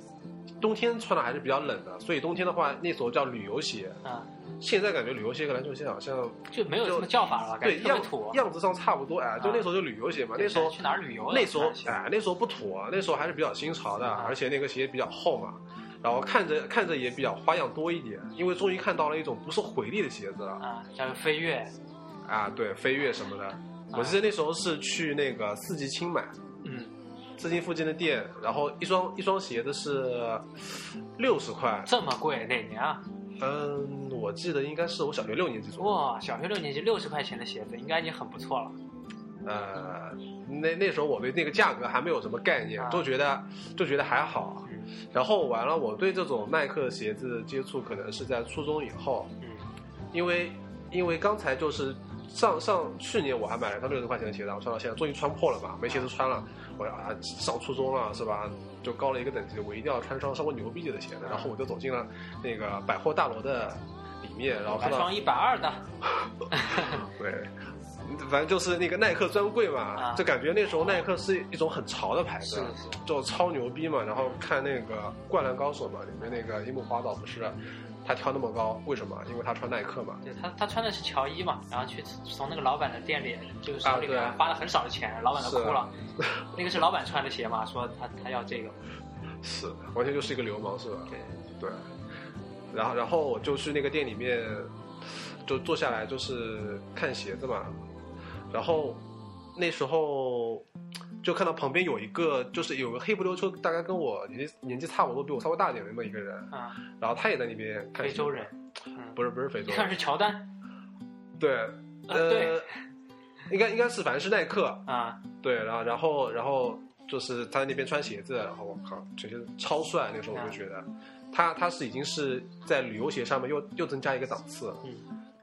C: 冬天穿的还是比较冷的，所以冬天的话，那时候叫旅游鞋。
B: 啊、
C: 现在感觉旅游鞋跟篮球鞋好像
B: 就没有什么叫法了吧，感
C: 对
B: 觉特
C: 样
B: 别土，
C: 样子上差不多，哎，就
B: 啊
C: 那时候就旅游鞋嘛，
B: 对
C: 那时候
B: 去哪儿旅游了
C: 那时候
B: 穿鞋
C: 哎，那时候不土啊，那时候还是比较新潮的，
B: 啊
C: 而且那个鞋比较厚嘛，然后看着看着也比较花样多一点，因为终于看到了一种不是回力的鞋子了。
B: 啊，叫飞跃，
C: 啊，对，飞跃什么的。我记得那时候是去那个四季青买，
B: 嗯，
C: 四季附近的店，然后一双一双鞋子是六十块，
B: 这么贵哪年啊？
C: 嗯，我记得应该是我小学六年级左右。
B: 哇，小学六年级六十块钱的鞋子应该已经很不错了，
C: 呃，那那时候我对那个价格还没有什么概念
B: 啊，
C: 就觉得就觉得还好。
B: 嗯
C: 然后完了，我对这种耐克鞋子的接触可能是在初中以后，
B: 嗯
C: 因为因为刚才就是上上去年我还买了一双六十块钱的鞋子，我穿到现在终于穿破了嘛，没鞋子穿了。我啊上初中了是吧？就高了一个等级，我一定要穿双稍微牛逼一点的鞋子。然后我就走进了那个百货大楼的里面，然后
B: 买
C: 看到
B: 双一百二的，
C: 对。反正就是那个耐克专柜嘛
B: 啊，
C: 就感觉那时候耐克是一种很潮的牌
B: 是
C: 子，啊
B: 的是的。
C: 就超牛逼嘛。然后看那个《灌篮高手》嘛，里面那个樱木花道不是他跳那么高，为什么？因为他穿耐克嘛。
B: 对他，他穿的是乔伊嘛，然后去从那个老板的店里，就是手里
C: 啊
B: 面
C: 对
B: 花了很少的钱，老板都
C: 是啊
B: 哭了。 那个是老板穿的鞋嘛，说他他要这个，
C: 是，完全就是一个流氓，是吧？
B: 对，
C: 对。然后，然后我就去那个店里面，就坐下来就是看鞋子嘛。然后那时候就看到旁边有一个，就是有个黑不溜秋，大概跟我年纪年纪差不多，比我稍微大一点的那么一个人，
B: 啊，
C: 然后他也在那边看
B: 非
C: 鞋
B: 洲人，嗯，
C: 不是不是非洲
B: 但
C: 人，
B: 是乔丹
C: 对，
B: 呃对
C: 呃， 应该应该是反正是耐克，
B: 啊，
C: 对，然后然后然后就是他在那边穿鞋子，然后我靠，这些超帅，
B: 啊
C: 那时候我就觉得。他他是已经是在旅游鞋上面又又增加一个档次了，
B: 嗯，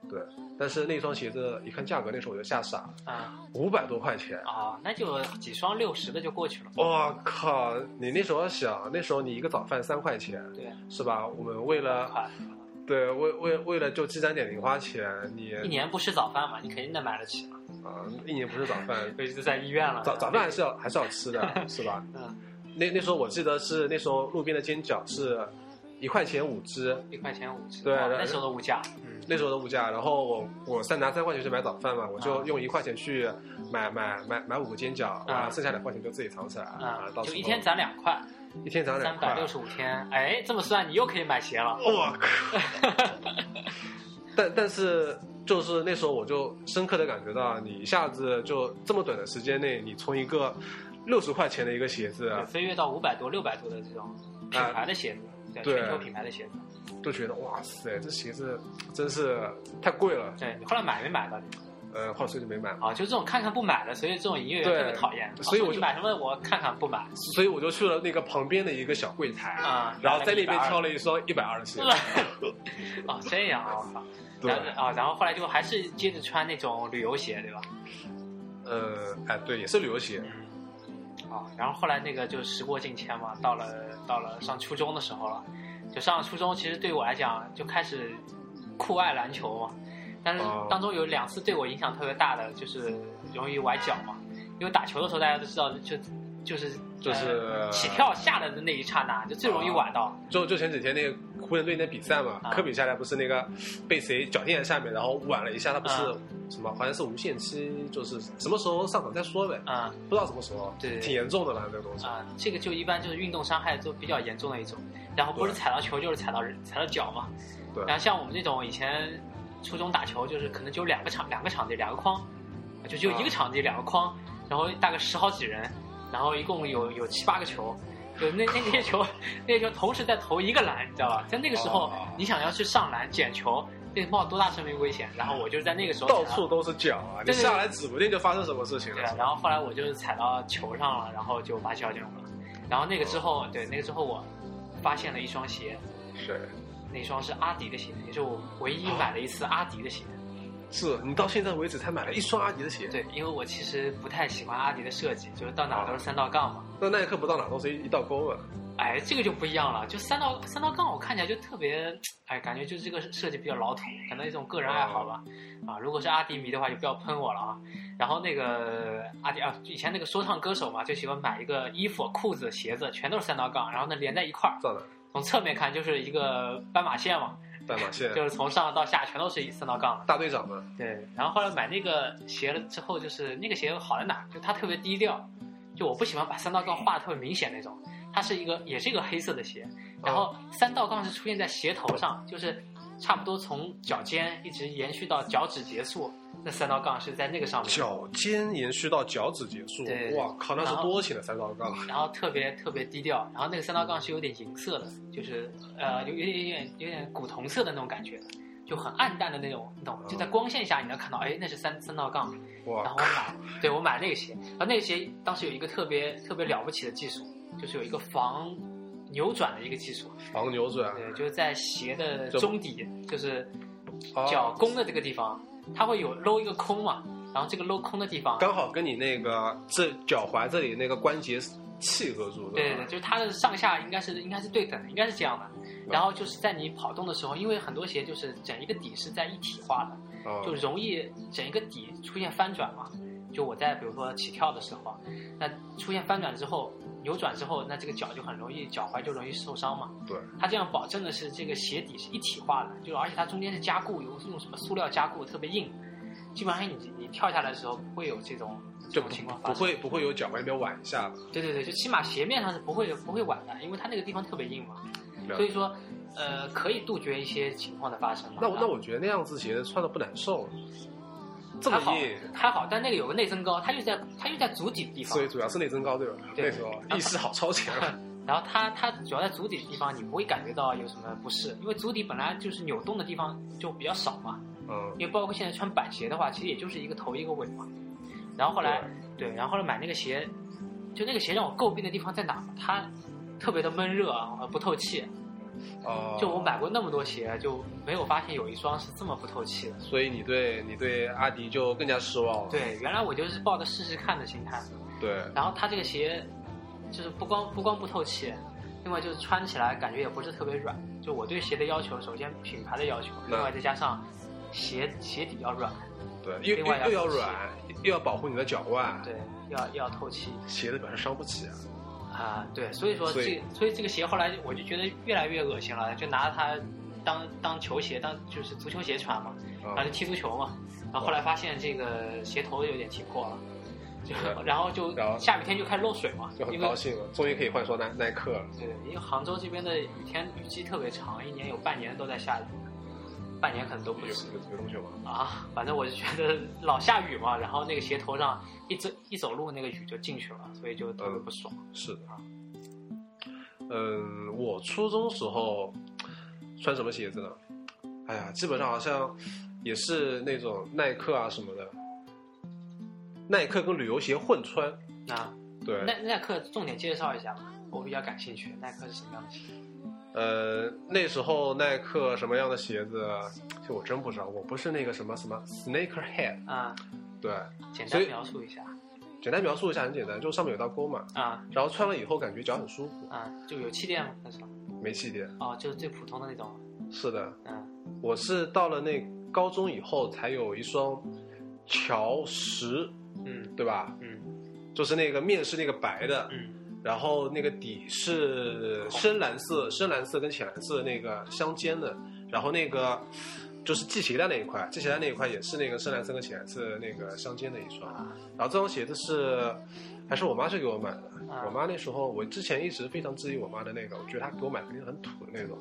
C: 对，但是那双鞋子一看价格，那时候我就吓傻了，
B: 啊
C: 五百多块钱。
B: 啊，那就几双六十的就过去了。
C: 我、靠！你那时候想，那时候你一个早饭三块钱，
B: 对，
C: 是吧？我们为了
B: 款
C: 对为为为了就积攒点零花钱，你
B: 一年不吃早饭嘛，你肯定能买得起嘛。
C: 啊、一年不是早饭，
B: 所以就在医院了。
C: 早早饭还是要还是要 吃的，是吧？
B: 嗯，
C: 那那时候我记得是那时候路边的煎饺是一块钱五只，
B: 一块钱五十，
C: 对
B: 哇
C: 然
B: 那时候的物价，
C: 嗯，那时候的物价，然后我我三拿三块钱去买早饭嘛，我
B: 啊
C: 就用一块钱去买买买买五个煎饺，然后剩下两块钱就自己藏起来
B: 嗯，
C: 啊到
B: 啊
C: 时
B: 就
C: 候
B: 一天攒两块，
C: 一天攒两
B: 三百
C: 块哦
B: 六，十五天，哎，这么算你又可以买鞋 了。
C: 我靠！但但是就是那时候我就深刻的感觉到，你一下子就这么短的时间内，你从一个六十块钱的一个鞋子，啊
B: 对飞跃到五百多、六百多的这种品牌的鞋子，
C: 对
B: 对全球品牌的鞋子。
C: 就觉得哇塞，这鞋子真是太贵了，
B: 对你后来买没买到底？
C: 呃，后来所以就没买。
B: 啊，就这种看看不买的，所以这种营业员特别讨厌。
C: 对所以我
B: 啊说
C: 就
B: 你买什么我看看不买
C: 所以我就去了那个旁边的一个小柜台，
B: 啊，
C: 然后在那边挑
B: 了
C: 了一双一百二的鞋
B: 一。百二。 哦，这样啊，我靠！
C: 对
B: 然，后啊，然后后来就还是接着穿那种旅游鞋，对吧？
C: 呃，哎，对，也是旅游鞋。
B: 啊，然后后来那个就时过境迁嘛，到了到了上初中的时候了，就上了初中，其实对我来讲就开始酷爱篮球嘛，但是
C: 哦
B: 当中有两次对我影响特别大的，就是容易崴脚嘛，因为打球的时候大家都知道，就就是
C: 就是哦
B: 呃起跳下来的那一刹那，就最容易崴到。
C: 就就前几天那个湖人队那比赛嘛，
B: 啊
C: 科比下来不是那个被谁脚垫在下面，然后挽了一下，他不是
B: 啊
C: 什么，好像是无限期，就是什么时候上场再说呗，
B: 嗯
C: 不知道什么时候，
B: 对
C: 挺严重的吧，这个东西。
B: 啊、这个就一般就是运动伤害都比较严重的一种，然后不是
C: 对
B: 踩到球就是踩到人踩到脚嘛。
C: 对
B: 然后像我们这种以前初中打球，就是可能只有两个场两个场地两个框，就只有
C: 嗯
B: 一个场地两个框，然后大概十好几人，然后一共有有七八个球。就那 那那些球，那些球同时在投一个篮，你知道吧？在那个时候，
C: 哦
B: 你想要去上篮捡球，得冒多大生命危险？然后我就在那个时候
C: 到
B: 踩到
C: 处都是脚啊，你
B: 对对
C: 下来指不定就发生什么事情
B: 对啊，
C: 了。
B: 然后后来我就是踩到球上了，然后就把脚扭了。然后那个之后，对那个之后我发现了一双鞋，
C: 是，
B: 那双是阿迪的鞋，也是我唯一买了一次阿迪的鞋。
C: 是你到现在为止才买了一双阿迪的鞋，
B: 对，因为我其实不太喜欢阿迪的设计，就是到哪都是三道杠嘛。
C: 那耐克不到哪都是一一道沟啊。
B: 哎，这个就不一样了，就三道三道杠，我看起来就特别，哎，感觉就是这个设计比较老土，可能一种个人爱好吧。啊，如果是阿迪迷的话，就不要喷我了啊。然后那个阿迪啊，以前那个说唱歌手嘛，就喜欢买一个衣服、裤子、鞋子，全都是三道杠，然后呢连在一块儿，
C: 到哪？
B: 从侧面看就是一个斑马线嘛，
C: 斑马线，
B: 就是从上到下全都是一三道杠的。
C: 大队长嘛。
B: 对，然后后来买那个鞋了之后，就是那个鞋好在哪儿？就它特别低调，就我不喜欢把三道杠画的特别明显那种。它是一个，也是一个黑色的鞋，然后三道杠是出现在鞋头上，就是差不多从脚尖一直延续到脚趾结束，那三道杠是在那个上面。
C: 脚尖延续到脚趾结束
B: 对，
C: 哇靠，那是多请的三道杠。
B: 然后特别特别低调，然后那个三道杠是有点银色的，就是呃有有点有点有点古铜色的那种感觉，就很暗淡的那种，你懂吗？就在光线下你能看到，哎，那是三三道杠。
C: 哇
B: 然后我买，对我买那个鞋，然后那个鞋当时有一个特别特别了不起的技术，就是有一个防扭转的一个技术，
C: 防扭转，
B: 对，就是在鞋的
C: 就
B: 中底，就是
C: 哦
B: 脚弓的这个地方，它会有镂一个空嘛，然后这个镂空的地方，
C: 刚好跟你那个这脚踝这里那个关节契合住，
B: 对对对，
C: 吧
B: 就是它的上下应该是应该是对等的，应该是这样的。然后就是在你跑动的时候，因为很多鞋就是整一个底是在一体化的，
C: 啊
B: 就容易整一个底出现翻转嘛。就我在比如说起跳的时候，那出现翻转之后，扭转之后，那这个脚就很容易脚踝就容易受伤嘛。
C: 对，
B: 它这样保证的是这个鞋底是一体化的，就而且它中间是加固，有用什么塑料加固，特别硬，基本上你你跳下来的时候不会有这种这
C: 就
B: 种情况发
C: 不
B: 生。
C: 会不会有脚踝那边崴一下吧？
B: 对对对，就起码鞋面上是不会不会崴的，因为它那个地方特别硬嘛，所以说，呃，可以杜绝一些情况的发生嘛。
C: 那我那我觉得那样子鞋子穿的不难受，这么
B: 还好
C: 硬，
B: 还好，但那个有个内增高，它就在它就在足底地方
C: 所，以主要是内增高对吧？
B: 对
C: 那时候意识好超前啊，
B: 然后它它主要在足底的地方，你不会感觉到有什么不适，因为足底本来就是扭动的地方就比较少嘛，
C: 嗯，
B: 因为包括现在穿板鞋的话，其实也就是一个头一个尾嘛。然后后来对，然后后来买那个鞋，就那个鞋让我诟病的地方在哪？它特别的闷热啊，不透气。
C: 哦，
B: 就我买过那么多鞋，就没有发现有一双是这么不透气的。
C: 所以你对你对阿迪就更加失望了。
B: 对，原来我就是抱着试试看的心态，
C: 对，
B: 然后它这个鞋就是不光不光不透气，另外就是穿起来感觉也不是特别软。就我对鞋的要求，首先品牌的要求，
C: 那
B: 另外再加上鞋鞋底要软，
C: 对，又
B: 另外
C: 又又要
B: 要
C: 软，又要保护你的脚腕，
B: 对，要要透气
C: 鞋子表示伤不起啊。
B: 啊、对。所以说
C: 所以
B: 这所以这个鞋后来我就觉得越来越恶心了，就拿它当当球鞋当就是足球鞋穿嘛，
C: 啊
B: 反正踢足球嘛。然
C: 嗯
B: 后后来发现这个鞋头有点踢破了，就
C: 对
B: 然后就
C: 然后
B: 下雨天就开始漏水嘛，
C: 就很
B: 因
C: 高
B: 为
C: 兴了，终于可以换双耐耐克了。
B: 对，因为杭州这边的雨天雨季特别长，一年有半年都在下雨，半年可能都
C: 有
B: 不
C: 有
B: 止
C: 有东西吗？
B: 啊。反正我就觉得老下雨嘛，然后那个鞋头上一走一走路那个雨就进去了，所以就特别不爽。
C: 是的。嗯，我初中时候穿什么鞋子呢？哎呀，基本上好像也是那种耐克啊什么的，耐克跟旅游鞋混穿。
B: 那
C: 对，
B: 耐耐克重点介绍一下吧，我比较感兴趣，耐克是什么样的鞋？
C: 呃，那时候耐克什么样的鞋子，其实我真不知道。我不是那个什么什么 sneaker head。
B: 啊、
C: 对，
B: 简
C: 所
B: 单
C: 以
B: 描述一下
C: 简单描述一下，很简单，就上面有道沟嘛，
B: 啊
C: 然后穿了以后感觉脚很舒服，
B: 啊、就有气垫吗？那时候
C: 没气垫。
B: 哦，就是最普通的那种，
C: 是的，
B: 嗯
C: 我是到了那高中以后才有一双乔十，
B: 嗯
C: 对吧？
B: 嗯
C: 就是那个面是那个白的，
B: 嗯
C: 然后那个底是深蓝色，深蓝色跟浅蓝色那个相间的，然后那个就是系鞋带那一块，系鞋带那一块也是那个深蓝色跟浅蓝色那个相间的一双。
B: 啊
C: 然后这双鞋子是还是我妈去给我买的。
B: 啊
C: 我妈那时候，我之前一直非常质疑我妈的那个，我觉得她给我买肯定很土的那种。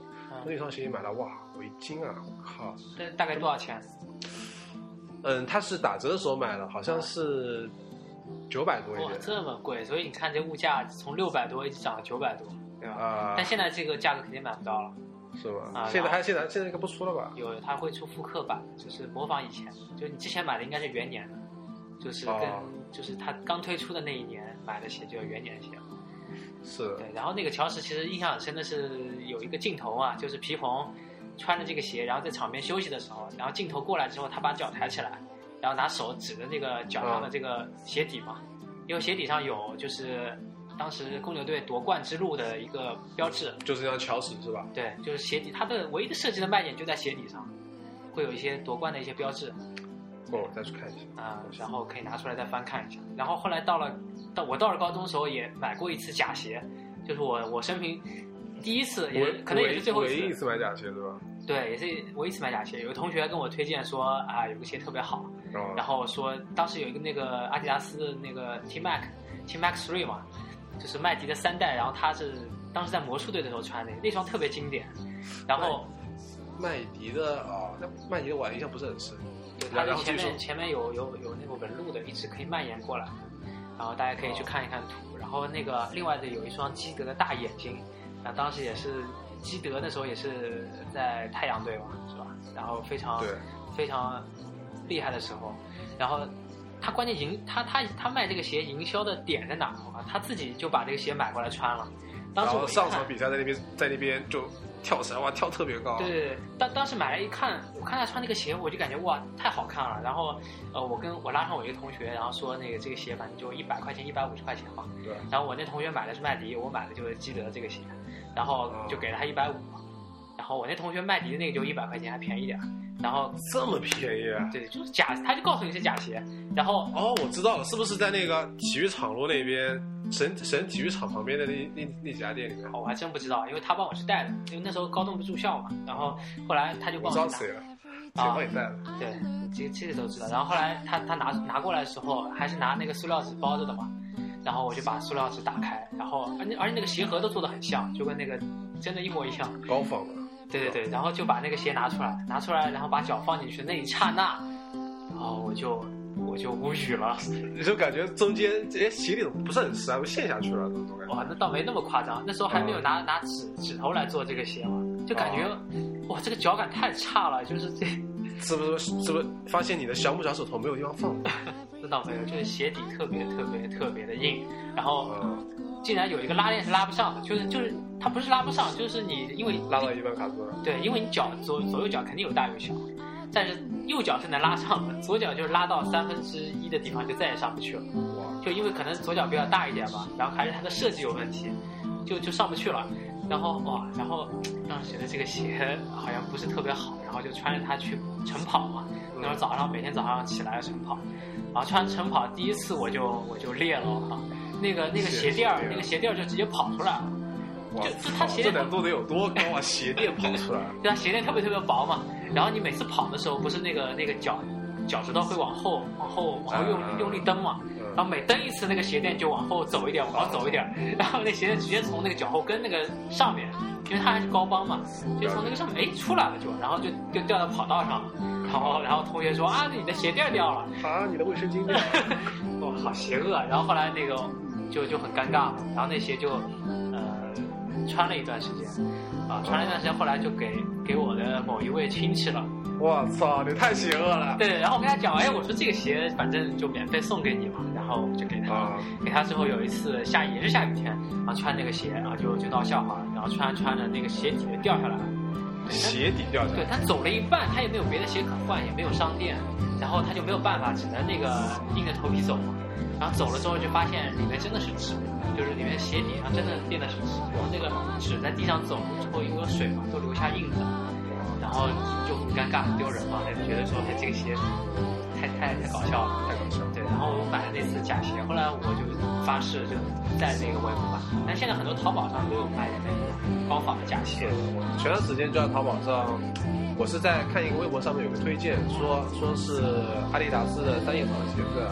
C: 那
B: 嗯，
C: 双鞋一买了，哇，我一惊啊！我靠，
B: 这大概多少钱？
C: 嗯，它是打折的时候买的，好像是九百多一
B: 哇，
C: 点
B: 这么贵！所以你看这物价从六百多一直涨到九百多，对吧？
C: 啊、
B: 但现在这个价格肯定买不到了，
C: 是吗？
B: 啊
C: 现在
B: 然后
C: 还现在现在应该不出了吧？
B: 有它会出复刻版，就是模仿以前，就是你之前买的应该是元年的，就是跟、
C: 哦
B: 就是它刚推出的那一年买的鞋就有元年鞋。
C: 是
B: 对，然后那个乔石其实印象很深的是有一个镜头啊，就是皮蓬穿着这个鞋，然后在场边休息的时候，然后镜头过来之后，他把脚抬起来，然后拿手指着那个脚上的这个鞋底嘛，因为鞋底上有就是当时公牛队夺冠之路的一个标志，
C: 就是那张乔石是吧？
B: 对，就是鞋底，它的唯一的设计的卖点就在鞋底上，会有一些夺冠的一些标志
C: 过会哦儿再去看一下。
B: 啊、然后可以拿出来再翻看一下。然后后来到了到我到了高中的时候也买过一次假鞋，就是我我生平第一次也
C: 唯
B: 可能也是最后
C: 唯唯一
B: 一
C: 一
B: 次，
C: 次买假鞋对吧？
B: 对，也是我一次买假鞋。有个同学跟我推荐说啊，有个鞋特别好，
C: 然后
B: 然后说当时有一个那个阿迪达斯的那个 T Mac T Mac Three 嘛，就是麦迪的三代，然后他是当时在魔术队的时候穿的那双特别经典，然后。
C: 麦迪的啊，那麦迪的我印象不是很深。
B: 对，它
C: 然
B: 的
C: 然后
B: 前
C: 据说
B: 面前面有有有那个纹路的，一直可以蔓延过来，然后大家可
C: 哦
B: 以去看一看图。然后那个另外的有一双基德的大眼睛，然后当时也是基德那时候也是在太阳队嘛，是吧？然后非常
C: 对，
B: 非常厉害的时候，然后。他关键营他他他卖这个鞋营销的点在哪儿啊？他自己就把这个鞋买过来穿了。当
C: 然
B: 时我
C: 后
B: 一
C: 上
B: 看
C: 场比赛在那边在那边就跳绳，哇，跳特别高。
B: 对对对，当当时买来一看，我看他穿那个鞋，我就感觉哇，太好看了。然后，呃，我跟我拉上我一个同学，然后说那个这个鞋反正就一百块钱、一百五十块钱吧。
C: 对
B: 然后我那同学买的是麦迪，我买的就是基德这个鞋，然后就给了他一百五。然后我那同学麦迪的那个就一百块钱，还便宜点儿。然后，
C: 这么便宜啊？
B: 对，就是假，他就告诉你是假鞋。然后，
C: 哦，我知道了，是不是在那个体育场路那边省省体育场旁边的那那那几家店里面？
B: 哦我还真不知道，因为他帮我去带的，因为那时候高中不住校嘛。然后后来他就
C: 我
B: 帮
C: 知道
B: 去啊带
C: 谁了，谁帮你带的？
B: 对，这这个都知道。然后后来他他拿拿过来的时候，还是拿那个塑料纸包着的嘛。然后我就把塑料纸打开，然后而且而且那个鞋盒都做的很像，就跟那个真的一模一样。
C: 高仿的。
B: 对对对，然后就把那个鞋拿出来，拿出来，然后把脚放进去，那一刹那，然后我就我就无语了。
C: 你就感觉中间哎鞋底怎么不是很深，我陷下去了，那种感觉。
B: 哇，那倒没那么夸张，那时候还没有拿、拿指指头来做这个鞋嘛，就感觉、哇这个脚感太差了，就是这
C: 是不是是不是发现你的小拇小手头没有地方放？
B: 那倒没有，就是鞋底特别特别特别的硬，然后。
C: 嗯，
B: 竟然有一个拉链是拉不上的，就是就是它不是拉不上，就是你因为
C: 拉到一半卡住了。
B: 对，因为你脚左左右脚肯定有大有小，但是右脚是能拉上的，左脚就是拉到三分之一的地方就再也上不去了。
C: 哇，
B: 就因为可能左脚比较大一点吧，然后还是它的设计有问题，就就上不去了。然后哇、然后当时觉得这个鞋好像不是特别好，然后就穿着它去晨跑嘛。
C: 嗯
B: 那会儿早上每天早上起来晨跑，然后穿晨跑第一次我就我就裂了，我靠，那个那个鞋垫儿
C: 是
B: 那个鞋垫儿就直接跑出来了。
C: 哇
B: 就就它
C: 操
B: 鞋
C: 这难度得有多高啊？鞋垫跑出来，
B: 对啊，鞋垫特别特别薄嘛。然后你每次跑的时候，不是那个那个脚脚趾头会往后往后往后用
C: 嗯嗯嗯
B: 用力蹬嘛，
C: 嗯
B: 然后每蹬一次，那个鞋垫就往后走一点，往后走一点， 然后那鞋垫直接从那个脚后跟那个上面，因为它还是高帮嘛，就从那个上面哎出来了就，然后就就掉到跑道上了。然后然后同学说啊，你的鞋垫掉了，
C: 啊，你的卫生巾 呢？
B: 哇，好邪恶啊。然后后来那个就就很尴尬，然后那鞋就呃穿了一段时间，啊，穿了一段时间，后来就给给我的某一位亲戚了。
C: 我操，你太邪恶了！
B: 对，然后我跟他讲，哎，我说这个鞋反正就免费送给你嘛，然后就给他，
C: 啊，
B: 给他之后有一次下雨也是下雨天，然后穿那个鞋，然后就就闹笑话了，然后穿穿着那个鞋底就掉下来了，
C: 鞋底掉下
B: 对
C: 来，
B: 他走了一半，他也没有别的鞋可换，也没有商店，然后他就没有办法，只能那个硬着头皮走嘛，然后走了之后就发现里面真的是纸，就是里面鞋底上真的垫的是纸，然后那个纸在地上走之后因为有水嘛都留下印子，然后就很尴尬很丢人嘛，就觉得说哎这个鞋太太太搞笑了。
C: 太搞笑了。
B: 对，然后我买了那次假鞋，后来我就发誓就在那个我也不买。但现在很多淘宝上都有卖那个高仿的假鞋
C: 对，我前段时间就在淘宝上，我是在看一个微博上面有个推荐，说说是阿迪达斯的三叶草鞋子，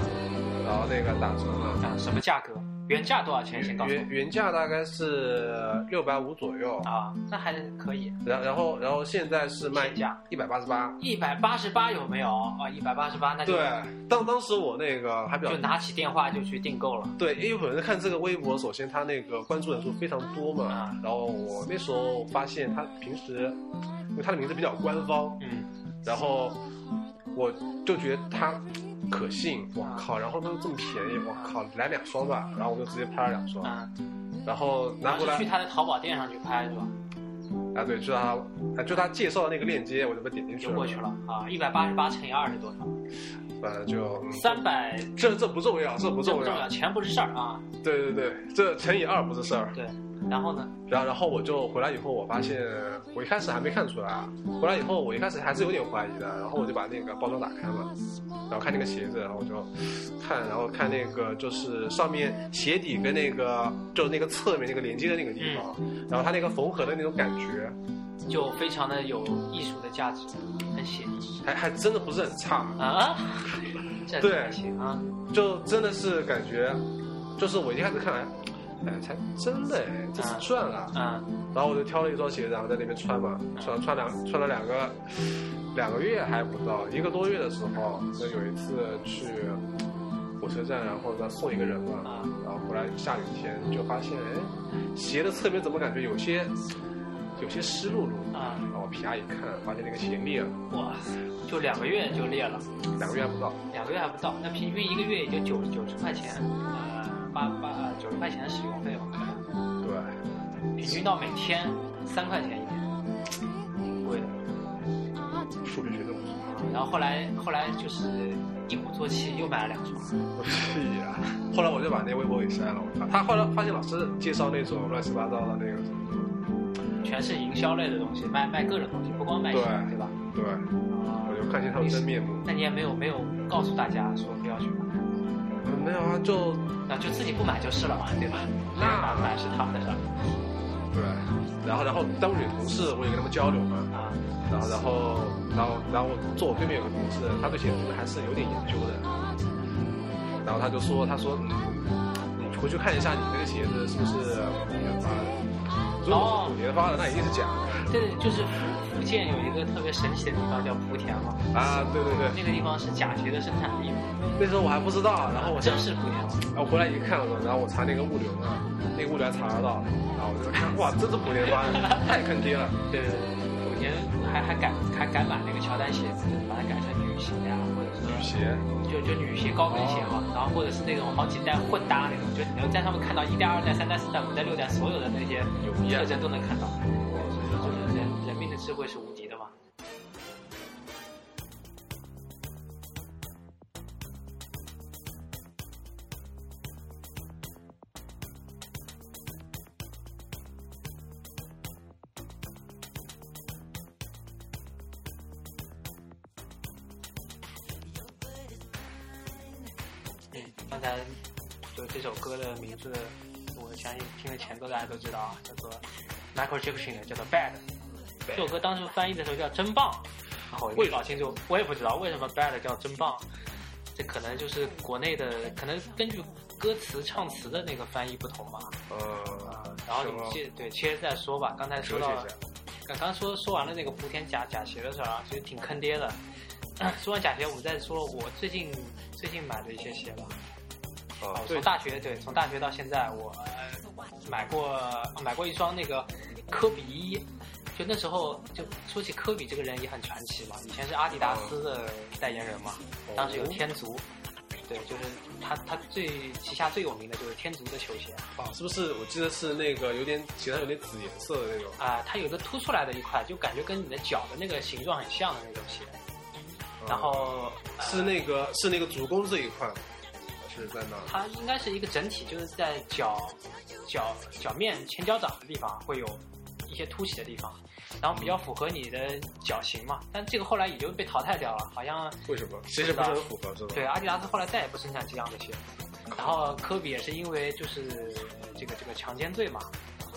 C: 然后那个打折了，
B: 啊，什么价格？原价多少钱？先告诉
C: 原原价大概是六百五左右
B: 我。啊，那还是可以。
C: 然然后然后现在是卖
B: 现价
C: 一百八十八。
B: 一百八十八有没有？啊，一百八十八，那就
C: 对，当当时我那个还比较
B: 就拿起电话就去订购了。
C: 对，因为本人看这个微博，首先他那个关注人数非常多嘛
B: 啊，
C: 然后我那时候发现他平时，因为他的名字比较官方，
B: 嗯，
C: 然后我就觉得他可信，我靠，然后都这么便宜，我靠，来两双吧，然后我就直接拍了两双，
B: 啊，
C: 然后拿
B: 然后
C: 回
B: 就
C: 来
B: 去他的淘宝店上去拍是吧？
C: 啊，对，就他啊就他介绍的那个链接，我就被点进去
B: 就过去
C: 了，
B: 了啊，一百八十八乘以二是多少？
C: 呃，就嗯
B: 三百。
C: 这这不重要，这不
B: 这
C: 重
B: 不重
C: 要
B: 要，，钱不是事儿啊。
C: 对对对，这乘以二不是事儿。
B: 对，然后呢？
C: 然后，然后我就回来以后，我发现我一开始还没看出来，啊回来以后我一开始还是有点怀疑的，然后我就把那个包装打开嘛，然后看那个鞋子，然后我就看，然后看那个就是上面鞋底跟那个就是那个侧面那个连接的那个地方，然后它那个缝合的那种感觉，
B: 就非常的有艺术的价值，很写意
C: 还还真的不是很差，
B: 啊。 这
C: 对
B: 还行啊，
C: 就真的是感觉，就是我一开始看，哎，才真的哎，这是赚了。
B: 嗯，
C: 然后我就挑了一双鞋子，然后在那边穿嘛，穿穿两穿了两个两个月还不到，一个多月的时候，那有一次去火车站，然后呢送一个人嘛
B: 啊，
C: 然后回来下雨天就发现，哎，鞋的侧面怎么感觉有些有些湿漉漉？
B: 啊
C: 然后我啪一看，发现那个鞋裂了，
B: 哇，就两个月就裂了，
C: 两个月还不到。
B: 两个月还不到，那平均一个月也就九九十块钱，呃，八八呃九十块钱的使用费吧，可能
C: 对，
B: 平均到每天三块钱一天，挺贵的。
C: 数学学的不错。
B: 然后后来后来就是一鼓作气又买了两双，
C: 我去呀！后来我就把那微博给删了。我靠他后来发现老师介绍那种乱七八糟的那个什么，
B: 全是营销类的东西，卖卖各种东西，不光卖鞋，
C: 对
B: 对吧？啊
C: 对，我就看清他们真面目。
B: 那你也没有没有告诉大家说不要去买。
C: 嗯没有啊，就
B: 那就自己不买就是了嘛，对吧？
C: 那
B: 买买是他们的事儿
C: 对，然后然后单位里同事我也跟他们交流嘛，
B: 啊。
C: 然后然后然后然后我坐我对面有个同事，他对写字还是有点研究的，然后他就说他说嗯，你回去看一下你那个鞋子是不是五年发的，如果是五年发的那一定是假的
B: 对对，就是福福建有一个特别神奇的地方叫莆田嘛，
C: 啊，对对对，
B: 那个地方是假鞋的生产地嘛，
C: 那时候我还不知道，然后我
B: 真
C: 想
B: 是莆田嘛。
C: 然后回来一看，然后我查那个物流呢，那个物流还查得到，然后我就看哇，真是五年发的，太坑爹了，
B: 对对对，
C: 我
B: 年还还改还改版那个乔丹鞋子，把它改成女鞋呀、或者哦说
C: 女鞋，
B: 就就女鞋高跟鞋嘛，然后或者是那种好几代混搭那种，就你能在上面看到一代、二代、三代、四代、五代、六代所有的那些
C: 有一样
B: 特征都能看到。对，所以说就是人人命的智慧是无敌的嘛。嗯，刚才就这首歌的名字，我相信听了前奏大家都知道啊，叫做 Michael Jackson 的，叫做 Bad。这首歌当时翻译的时候叫“真棒”，然后我也没搞清楚，我也不知道为什么 Bad 叫“真棒”，这可能就是国内的，可能根据歌词唱词的那个翻译不同吧。
C: 呃，
B: 然后你
C: 什么
B: 们接对接着再说吧。刚才说
C: 休息
B: 到
C: 一下，
B: 刚刚说说完了那个莆田假假鞋的事儿啊，其实挺坑爹的。 说完假鞋，我们再说我最近最近买的一些鞋吧。
C: 啊
B: 哦，
C: 对
B: 从，大学对，从大学到现在，我呃买过呃买过一双那个科比一，就那时候就说起科比这个人也很传奇嘛，以前是阿迪达斯的代言人嘛，哦
C: 哦
B: 当时有天足，对，就是他他最旗下最有名的就是天足的球鞋
C: 哦是不是？我记得是那个有点其他有点紫颜色的那种，
B: 啊、它有一个凸出来的一块，就感觉跟你的脚的那个形状很像的那种鞋，
C: 嗯
B: 然后
C: 是那个是那个足弓这一块吗，是在哪？
B: 它应该是一个整体，就是在脚脚脚面前脚掌的地方会有一些凸起的地方，然后比较符合你的脚型嘛。但这个后来也就被淘汰掉了，好像
C: 为什么？其实不是很符合，是吧？
B: 对阿迪达斯后来再也不生产这样的鞋。然后科比也是因为就是这个这个强奸罪嘛，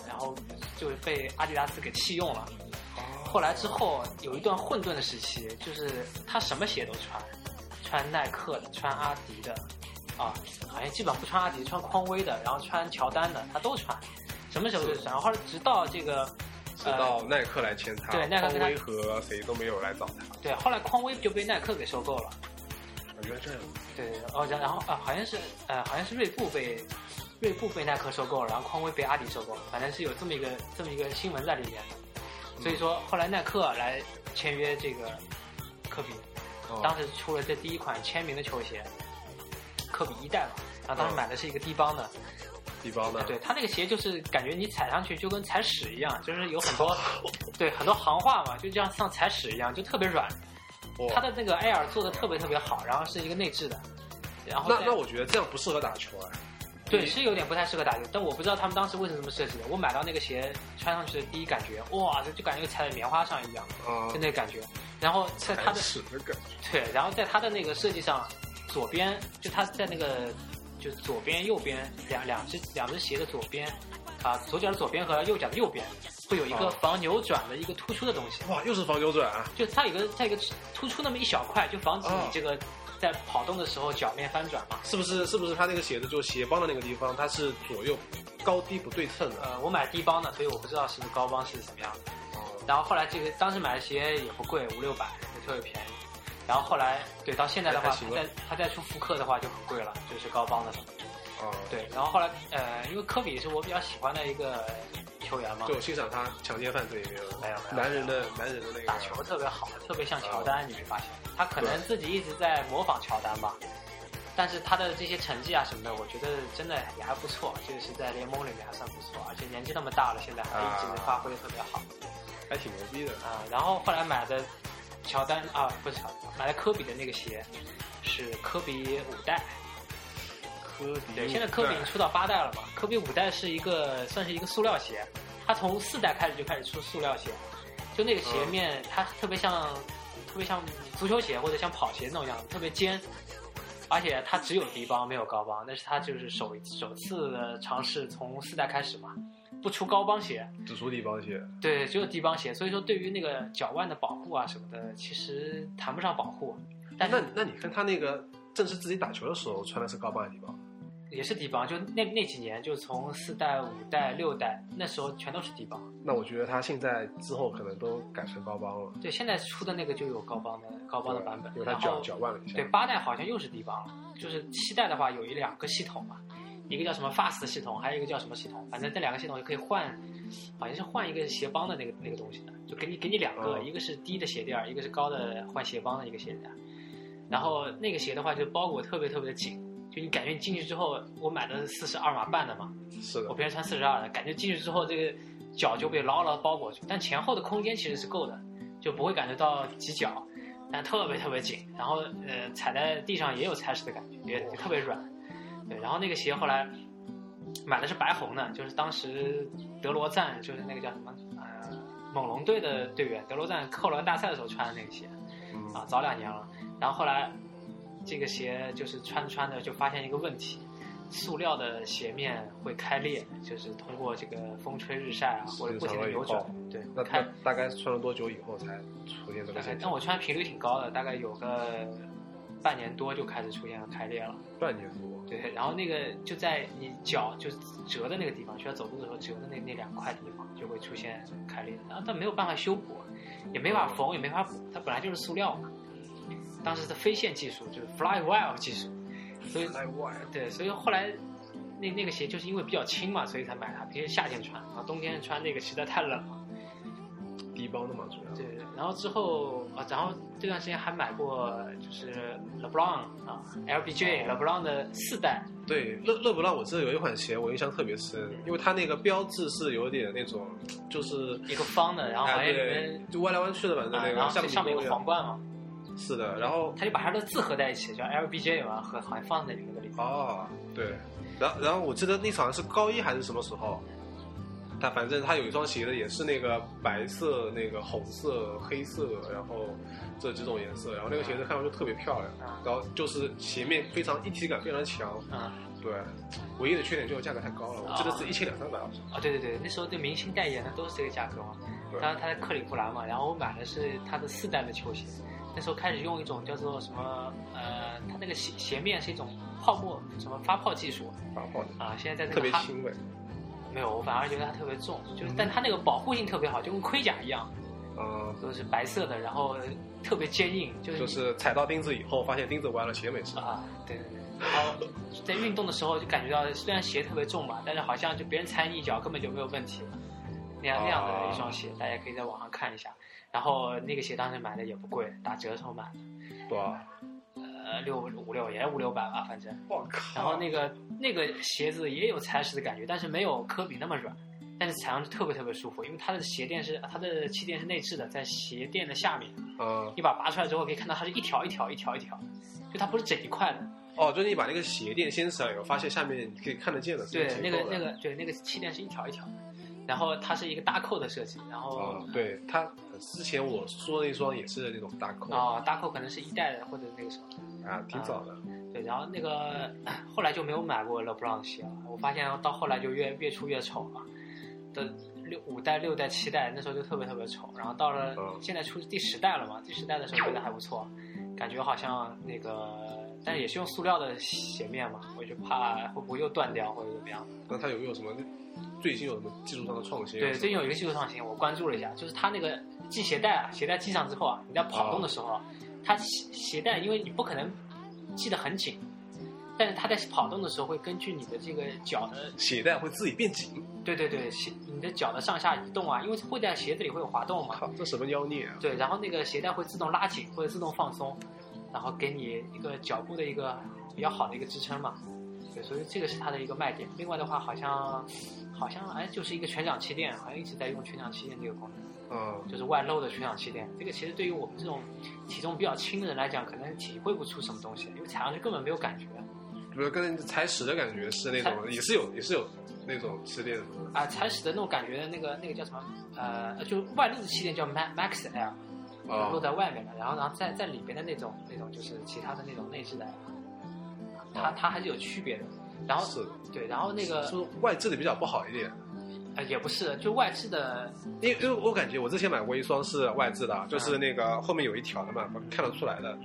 B: 然后就是被阿迪达斯给弃用了。后来之后有一段混沌的时期，就是他什么鞋都穿，穿耐克的，穿阿迪的，啊，好像基本上不穿阿迪，穿匡威的，然后穿乔丹的，他都穿，什么时候都穿。然后直到这个，呃
C: 直到耐克来签他，
B: 对耐克跟他
C: 匡威和谁都没有来找他。
B: 对，后来匡威就被耐克给收购了。
C: 原来这样，
B: 对，哦，然然后啊，好像是呃，好像是锐步被锐步被耐克收购了，然后匡威被阿迪收购了，反正是有这么一个这么一个新闻在里面。所以说，后来耐克来签约这个科比，
C: 哦
B: 当时出了这第一款签名的球鞋，科比一代嘛，然后当
C: 哦
B: 时买的是一个低帮的，
C: 地包呢？
B: 对，它那个鞋就是感觉你踩上去就跟踩屎一样，就是有很多
C: 哦
B: 对很多行话嘛，就这样像踩屎一样，就特别软。
C: 哇
B: 它的那个 Air 做的特别特别好，然后是一个内置的，然后
C: 那
B: 再
C: 那我觉得这样不适合打球哎。
B: 对，是有点不太适合打球，但我不知道他们当时为什么这么设计的。我买到那个鞋穿上去的第一感觉，哇，这就感觉踩在棉花上一样，
C: 啊
B: 就，那感觉。然后在它
C: 还
B: 的
C: 屎的感觉。
B: 对，然后在它的那个设计上，左边就它在那个就左边右边两两只两只鞋的左边啊，左脚的左边和右脚的右边会有一个
C: 哦
B: 防扭转的一个突出的东西。
C: 哇，又是防扭转啊！
B: 就它有一个它有一个突出那么一小块，就防止你
C: 哦
B: 这个在跑动的时候脚面翻转嘛。
C: 是不是？是不是他那个鞋子就鞋帮的那个地方，它是左右高低不对称的？
B: 呃，我买低帮的，所以我不知道是不是高帮是什么样的。
C: 啊
B: 然后后来这个当时买的鞋也不贵，五六百，也特别便宜。然后后来对到现在的话，
C: 还
B: 它
C: 行
B: 再它再出复刻的话就很贵了，就是高帮的什么的。
C: 啊，
B: 对，然后后来呃，因为科比是我比较喜欢的一个球员嘛
C: 对，，我欣赏他强奸犯这一面了。
B: 啊没有没有
C: 男人的男人的那个
B: 打球特别好，特别像乔丹，你没发现？他可能
C: 嗯对
B: 自己一直在模仿乔丹吧，但是他的这些成绩啊什么的，我觉得真的也还不错，就是在联盟里面还算不错，而且年纪那么大了，现在还
C: 啊
B: 一直发挥的特别好。
C: 还挺牛逼的。
B: 啊，然后后来买的乔丹啊，不是乔丹，买的科比的那个鞋是科比五代。
C: 科比
B: 对，现在科比已经出到八代了嘛，科比五代是一个算是一个塑料鞋，它从四代开始就开始出塑料鞋，就那个鞋面、它特别像特别像足球鞋或者像跑鞋那种样子，特别尖。而且它只有低帮没有高帮，那是它就是首首次的尝试，从四代开始嘛，不出高帮鞋，
C: 只出底包鞋，
B: 对，只有低帮鞋，所以说对于那个脚腕的保护啊什么的，其实谈不上保护，但
C: 那
B: 是
C: 那你看他那个正是自己打球的时候穿的是高帮还是低帮？
B: 也是低帮。就那那几年，就从四代、五代、六代那时候全都是低帮。
C: 那我觉得他现在之后可能都改成高帮了，
B: 对，现在出的那个就有高帮的高帮的版本
C: 因，为他
B: 然
C: 脚
B: 后
C: 脚腕了一下
B: 对。八代好像又是低帮了，就是七代的话有一两个系统嘛，一个叫什么 Fast 系统，还有一个叫什么系统，反正这两个系统可以换，好像是换一个鞋帮的那个那个东西的，就给你给你两个，
C: 哦
B: 一个是低的鞋垫儿，一个是高的换鞋帮的一个鞋垫儿。然后那个鞋的话，就包裹特别特别的紧，就你感觉你进去之后，我买的是四十二码半的嘛，
C: 是
B: 我
C: 的，
B: 平时穿四十二的，感觉进去之后这个脚就被牢牢地包裹住，但前后的空间其实是够的，就不会感觉到挤脚，但特别特别紧。然后呃，踩在地上也有踩屎的感觉，也也特别软。对，然后那个鞋后来买的是白红的，就是当时德罗赞，就是那个叫什么呃猛龙队的队员，德罗赞扣篮大赛的时候穿的那个鞋。
C: 嗯，
B: 啊，早两年了。然后后来这个鞋就是穿着穿着就发现一个问题，塑料的鞋面会开裂，就是通过这个风吹日晒啊，或者不停的扭转
C: 时，
B: 对，
C: 那
B: 开
C: 那。大概穿了多久以后才出现这个
B: 大概
C: 现
B: 但
C: 象？
B: 我穿频率挺高的，大概有个半年多就开始出现了开裂了。
C: 半年多，
B: 对，然后那个就在你脚就是折的那个地方，需要走路的时候折的那那两块地方就会出现开裂，然后它没有办法修补，也没法缝，也没法补，它本来就是塑料嘛。当时的飞线技术就是 flywire 技术，所以
C: 来外，
B: 对，所以后来那那个鞋就是因为比较轻嘛，所以才买它。平时夏天穿，然后冬天穿那个实在太冷了。
C: 低帮的嘛，主要
B: 对，然后之后啊，然后这段时间还买过就是 LeBron 啊，LBJ LeBron 的四代，
C: 对，勒勒布朗，我记得有一款鞋我印象特别深，因为它那个标志是有点那种，就是
B: 一个方的，然后好像
C: 哎
B: 里
C: 对
B: 面，
C: 就弯来弯去的，反正
B: 啊，
C: 那
B: 然
C: 个
B: 后这
C: 像
B: 上面有
C: 迷
B: 个
C: 宫
B: 皇冠嘛，
C: 一样是的，然后
B: 他就把它都字合在一起，叫 LBJ 嘛，和好像放在里面的里面。
C: 哦，对，然后然后我记得那场是高一还是什么时候，他反正他有一双鞋的也是那个白色、那个红色、黑色，然后这几种颜色，然后那个鞋子看上去特别漂亮，
B: 啊
C: 然后就是鞋面非常一体感非常强，
B: 嗯，
C: 对，唯一的缺点就是价格太高了，我记得是
B: 哦
C: 一千两三百好像，
B: 啊，对对对，那时候对明星代言的都是这个价格嘛。
C: 对
B: 当时他在克利夫兰嘛，然后我买的是他的四代的球鞋。那时候开始用一种叫做什么呃，它那个鞋鞋面是一种泡沫什么发泡技术
C: 蛮好的，
B: 啊，现在在那个
C: 特别
B: 哈
C: 轻嗯呗，
B: 没有，我反而觉得它特别重，就是但它那个保护性特别好，就跟盔甲一样，
C: 嗯。
B: 都是白色的，然后特别坚硬，就是
C: 就
B: 你
C: 是踩到钉子以后，发现钉子弯了，鞋没事。
B: 啊，对对对。然后在运动的时候就感觉到，虽然鞋特别重嘛，但是好像就别人踩你一脚根本就没有问题。那样那样的一双鞋，大家可以在网上看一下。然后那个鞋当时买的也不贵，打折的时候买的，
C: 多少？
B: 呃，六五六也五六百吧，反正。
C: 我靠
B: 然后那个那个鞋子也有踩屎的感觉，但是没有科比那么软，但是踩上去特别特别舒服，因为它的鞋垫是它的气垫是内置的，在鞋垫的下面，
C: 嗯，
B: 你把它拔出来之后可以看到它是一条一条一条一条，就它不是整一块的。
C: 哦，就是你把那个鞋垫掀起来以后，发现下面你可以看得见的，
B: 对
C: 是，
B: 那
C: 有
B: 个
C: 结构的
B: 那个对那个气垫是一条一条的，然后它是一个搭扣的设计，然后
C: 哦，对，它之前我说的那双也是那种大扣啊，
B: 啊、搭扣可能是一代的或者那个什么，
C: 挺早的。
B: 对，然后那个后来就没有买过 LeBron 的鞋了，我发现到后来就越越出越丑了，的
C: 嗯
B: 六五代六代七代那时候就特别特别丑，然后到了
C: 嗯
B: 现在出第十代了嘛，第十代的时候觉得还不错，感觉好像那个。但是也是用塑料的鞋面嘛，我就怕会不会又断掉或者怎么样。
C: 那它有没有什么最近有什么技术上的创新？啊
B: 对，最近有一个技术创新，我关注了一下，就是它那个系鞋带啊，鞋带系上之后啊，你在跑动的时候啊，它鞋鞋带因为你不可能系得很紧，但是它在跑动的时候会根据你的这个脚的，
C: 鞋带会自己变紧，
B: 对对对，鞋你的脚的上下移动啊，因为会在鞋子里会有滑动嘛，
C: 靠，这什么妖孽啊！
B: 对，然后那个鞋带会自动拉紧或者自动放松，然后给你一个脚步的一个比较好的一个支撑嘛。对，所以这个是它的一个卖点。另外的话，好像好像哎，就是一个全掌气垫，好像一直在用全掌气垫这个功能，
C: 嗯，
B: 就是外露的全掌气垫。这个其实对于我们这种体重比较轻的人来讲，可能体会不出什么东西，因为踩上去根本没有感觉
C: 不是跟踩屎的感觉是那种，也是有也是有那种气垫什么的。
B: 啊。踩屎的那种感觉的那个那个叫什么？呃，就是外露的气垫叫 Ma- Max Air，露
C: 哦，
B: 在外面的，然后然后在在里边的那种那种就是其他的那种内置的，它它还是有区别的。然后
C: 哦是的，
B: 对，然后那个
C: 是不是外置的比较不好一点？
B: 呃也不是，就外置的
C: 因为因为我感觉我之前买过一双是外置的啊，
B: 嗯
C: 就是那个后面有一条的嘛，看得出来的。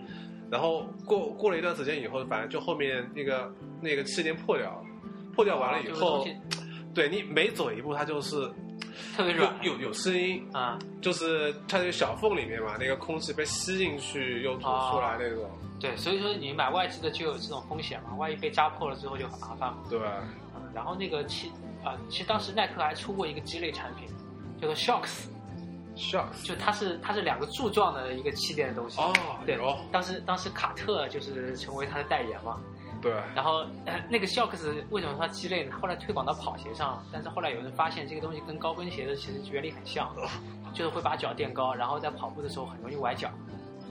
C: 然后过过了一段时间以后，反正就后面那个那个气垫破掉了，破掉完了以
B: 啊就是
C: 后
B: 东，西
C: 对你每走一步它就是
B: 特别软
C: 有有有声音，
B: 啊、
C: 就是它那个小缝里面嘛，那个空气被吸进去又吐出
B: 啊
C: 来那种，
B: 对，所以说你买外置的就有这种风险嘛，万一被扎破了之后就很麻烦嘛。
C: 对吧？
B: 嗯然后那个其啊、其实当时耐克还出过一个鸡肋产品，叫做 Shocks，
C: Shucks，
B: 就它是它是两个柱状的一个气垫的东西。
C: 哦，
B: 对
C: 有，
B: 当时当时卡特就是成为它的代言嘛，
C: 对，
B: 然后、 呃那个 Shocks 为什么它鸡肋呢？后来推广到跑鞋上了，但是后来有人发现这个东西跟高跟鞋的其实原理很像，就是会把脚垫高，然后在跑步的时候很容易崴脚，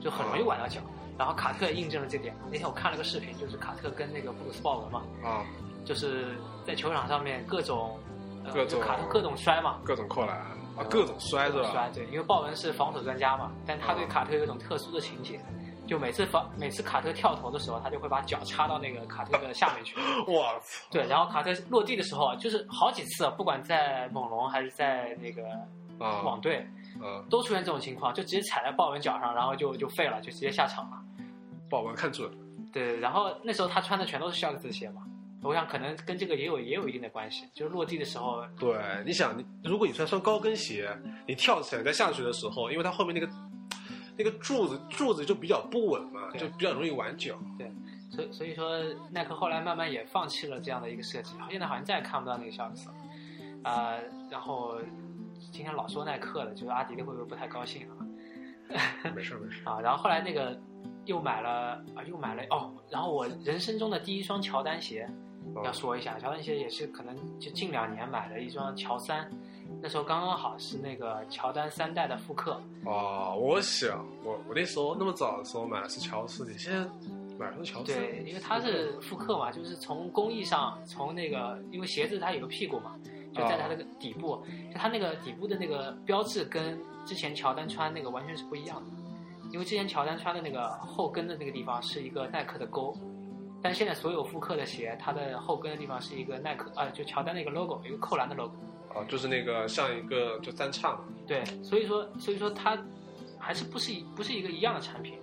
B: 就很容易崴到脚。然后卡特也印证了这点。那天我看了个视频，就是卡特跟那个布鲁斯鲍文嘛，
C: 啊，
B: 就是在球场上面各种、呃、
C: 各
B: 就
C: 种
B: 卡特各种摔嘛，
C: 各种扣篮啊，
B: 嗯
C: 各种摔是吧？啊
B: 摔对，因为鲍文是防守专家嘛，但他对卡特有一种特殊的情节，就每次防每次卡特跳投的时候，他就会把脚插到那个卡特的下面 去。
C: 我操，
B: 对，然后卡特落地的时候啊，就是好几次啊，不管在猛龙还是在那个
C: 啊
B: 网队，
C: 啊，
B: 都出现这种情况，就直接踩在鲍文脚上，然后就就废了，就直接下场了。
C: 豹纹看准，
B: 对，然后那时候他穿的全都是校字鞋嘛，我想可能跟这个也有也有一定的关系，就是落地的时候
C: 对，你想，你如果你穿双高跟鞋，你跳起来再下去的时候，因为它后面那个那个柱子柱子就比较不稳嘛，
B: 对
C: 就比较容易崴 脚。
B: 所以所以说，耐克后来慢慢也放弃了这样的一个设计，现在好像再也看不到那个效子了。啊、然后今天老说耐克了，就是阿迪的会不会不太高兴啊？
C: 没事儿没事
B: 啊，然后后来那个又买了啊，又买了哦，然后我人生中的第一双乔丹鞋，
C: 儿，
B: 要说一下，乔丹鞋也是可能就近两年买的一双乔三，那时候刚刚好是那个乔丹三代的复刻，
C: 哦，我想我我那时候那么早的时候买的是乔斯，你现在买的是乔斯？
B: 对，因为它是复刻嘛，就是从工艺上，从那个，因为鞋子它有个屁股嘛，就在它那个底部，就它那个底部的那个标志跟之前乔丹穿那个完全是不一样的，因为之前乔丹穿的那个后跟的那个地方是一个耐克的勾，但是现在所有复刻的鞋，它的后跟的地方是一个耐克，啊，就乔丹那个 logo，一个扣篮的 logo。
C: 啊，就是那个像一个就三叉嘛，
B: 对，所以说所以说它还是不是一不是一个一样的产品。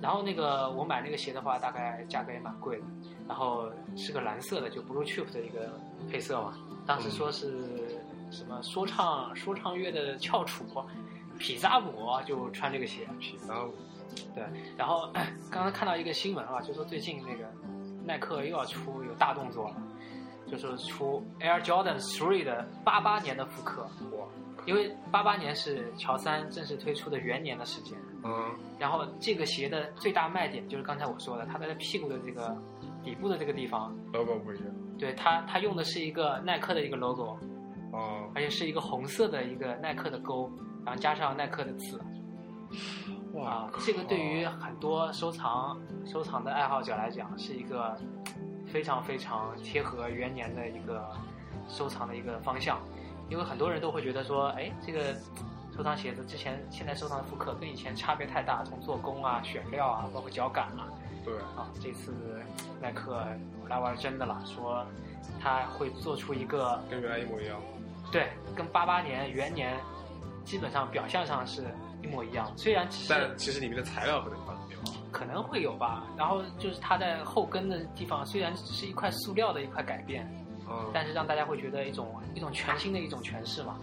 B: 然后那个我买那个鞋的话，大概价格也蛮贵的，然后是个蓝色的，就 Blue Chip 的一个配色嘛。当时说是什么说唱说唱乐的翘楚，匹扎姆就穿这个鞋。
C: 匹然后
B: 然后 刚刚看到一个新闻啊，就说最近那个耐克又要出有大动作了，就是出 Air Jordan Three 的八八年的复刻。
C: 哇，
B: 因为八八年是乔三正式推出的元年的时间，
C: 嗯
B: 然后这个鞋的最大卖点就是刚才我说的，它在屁股的这个底部的这个地方，
C: ，logo 不一样
B: 对它它用的是一个耐克的一个 logo，
C: 啊，
B: 而且是一个红色的一个耐克的勾，然后加上耐克的字
C: 哇
B: 啊，，这个对
C: 哦
B: 于很多收藏收藏的爱好者来讲是一个非常非常贴合元年的一个收藏的一个方向，因为很多人都会觉得说，哎，这个收藏鞋子之前现在收藏的复刻跟以前差别太大，从做工啊、选料啊，包括脚感啊，
C: 对，
B: 啊，这次耐克来玩真的了，说他会做出一个
C: 跟原来一模一样，
B: 对跟八八年元年基本上表象上是一模一样，虽然其实
C: 但其实里面的材料可能放不掉。
B: 可能会有吧。然后就是它在后跟的地方，虽然只是一块塑料的一块改变，
C: 嗯，
B: 但是让大家会觉得一种一种全新的一种诠释嘛。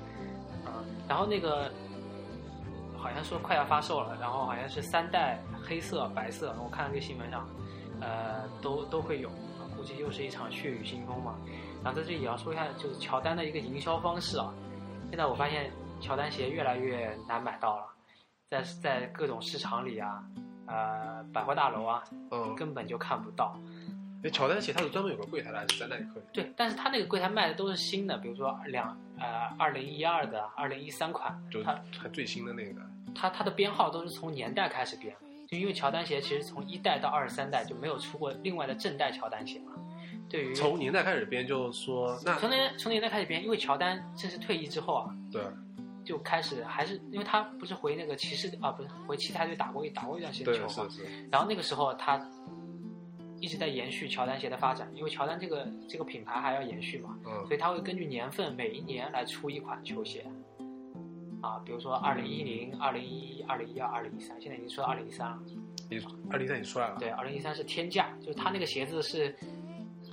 B: 嗯，然后那个好像说快要发售了，然后好像是三代黑色、白色，我看了这个新闻上，呃，都都会有。估计又是一场血雨腥风嘛。然后在这里也要说一下，就是乔丹的一个营销方式啊。现在我发现乔丹鞋越来越难买到了，在在各种市场里啊，呃，百货大楼啊，
C: 嗯，
B: 根本就看不到。
C: 那乔丹鞋它是专门有个柜台的，还是在耐克里？
B: 对，但是他那个柜台卖的都是新的，比如说两呃二零一二的、二零一三款，
C: 就是
B: 它
C: 它最新的那个。
B: 它它的编号都是从年代开始编，就因为乔丹鞋其实从一代到二十三代就没有出过另外的正代乔丹鞋嘛。对于从
C: 从年代开始编，就是说那
B: 那年嗯从年代开始编，因为乔丹正式退役之后啊，
C: 对
B: 就开始还是因为他不是回那个骑士啊，不是回七台队打过一打过一段时间
C: 对
B: 球嘛
C: 是，是，
B: 然后那个时候他一直在延续乔丹鞋的发展，因为乔丹这个这个品牌还要延续嘛，
C: 嗯
B: 所以他会根据年份每一年来出一款球鞋，啊，比如说二零一零、二零一、二零一二、二零一三，现在已经说二零一三了。
C: 你二零三你出来了，嗯
B: 对，二零一三是天价，就是他那个鞋子是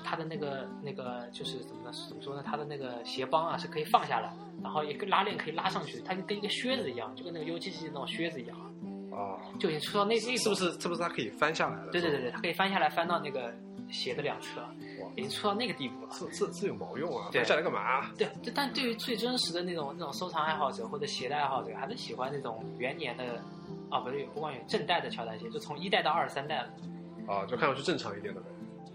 B: 它的那个那个就是怎么呢？怎么说呢？它的那个鞋帮啊是可以放下来，然后一个拉链可以拉上去，它就跟一个靴子一样，就跟那个 U G G 那种靴子一样，啊
C: 哦，
B: 就已经出到那那
C: 是
B: 种
C: 不是是不是它可以翻下来了？
B: 对对对对，它可以翻下来翻到那个鞋的两侧，
C: 哇
B: 已经出到那个地步了。
C: 这这这有毛用啊？
B: 对
C: 翻下来干嘛？
B: 对，就但对于最真实的那种那种收藏爱好者或者鞋的爱好者，还是喜欢那种元年的，啊，不是不光有正代的乔丹鞋，就从一代到二十三代了。
C: 啊，就看上去正常一点的呗。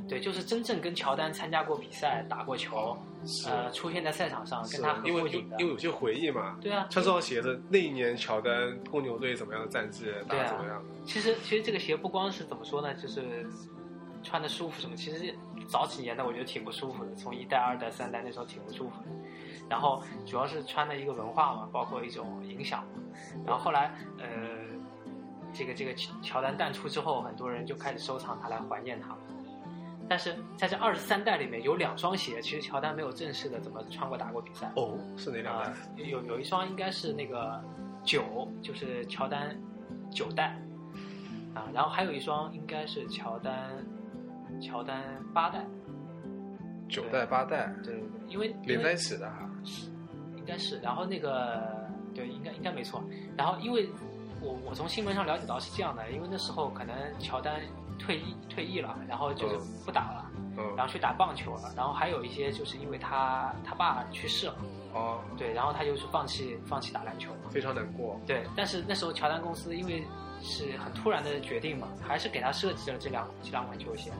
B: 对，就是真正跟乔丹参加过比赛、打过球，
C: 是
B: 呃，出现在赛场上
C: 是
B: 跟他合
C: 因为
B: 过
C: 有
B: 影的
C: 因。为有些回忆嘛，
B: 对啊，
C: 穿这双鞋子，那一年乔丹公牛队怎么样的战绩，打
B: 对
C: 得
B: 啊
C: 怎么样？
B: 其实其实这个鞋不光是怎么说呢，就是穿的舒服什么，其实早几年的我觉得挺不舒服的，从一代、二代、三代那时候挺不舒服的。然后主要是穿的一个文化嘛，包括一种影响嘛。然后后来呃，这个这个乔乔丹淡出之后，很多人就开始收藏它来怀念它嘛。但是在这二十三代里面，有两双鞋，其实乔丹没有正式的怎么穿过打过比赛。
C: 哦，是哪两代
B: 啊？、有有一双应该是那个九，就是乔丹九代啊，然后还有一双应该是乔丹乔丹八代，
C: 九代八代
B: 对对对，因为因
C: 连在
B: 为
C: 一起的啊哈。
B: 应该是，然后那个对，应该应该没错，然后因为我我从新闻上了解到是这样的，因为那时候可能乔丹退役退役了，然后就是不打了，
C: 嗯，
B: 然后去打棒球了，然后还有一些就是因为他他爸去世了，
C: 哦，
B: 对，然后他就是放弃放弃打篮球了。
C: 非常难过。
B: 对，但是那时候乔丹公司因为是很突然的决定嘛，还是给他设计了这两这两款球鞋。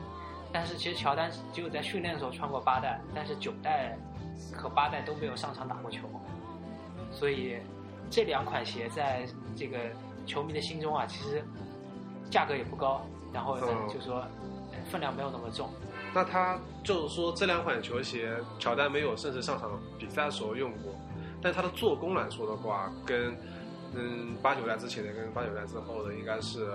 B: 但是其实乔丹只有在训练的时候穿过八代，但是九代和八代都没有上场打过球，所以这两款鞋在这个球迷的心中啊，其实价格也不高，然后呢
C: 嗯
B: 就说呃分量没有那么重。
C: 那他就是说这两款球鞋，乔丹没有正式上场比赛的时候用过，但他的做工来说的话，跟嗯八九代之前的跟八九代之后的，应该是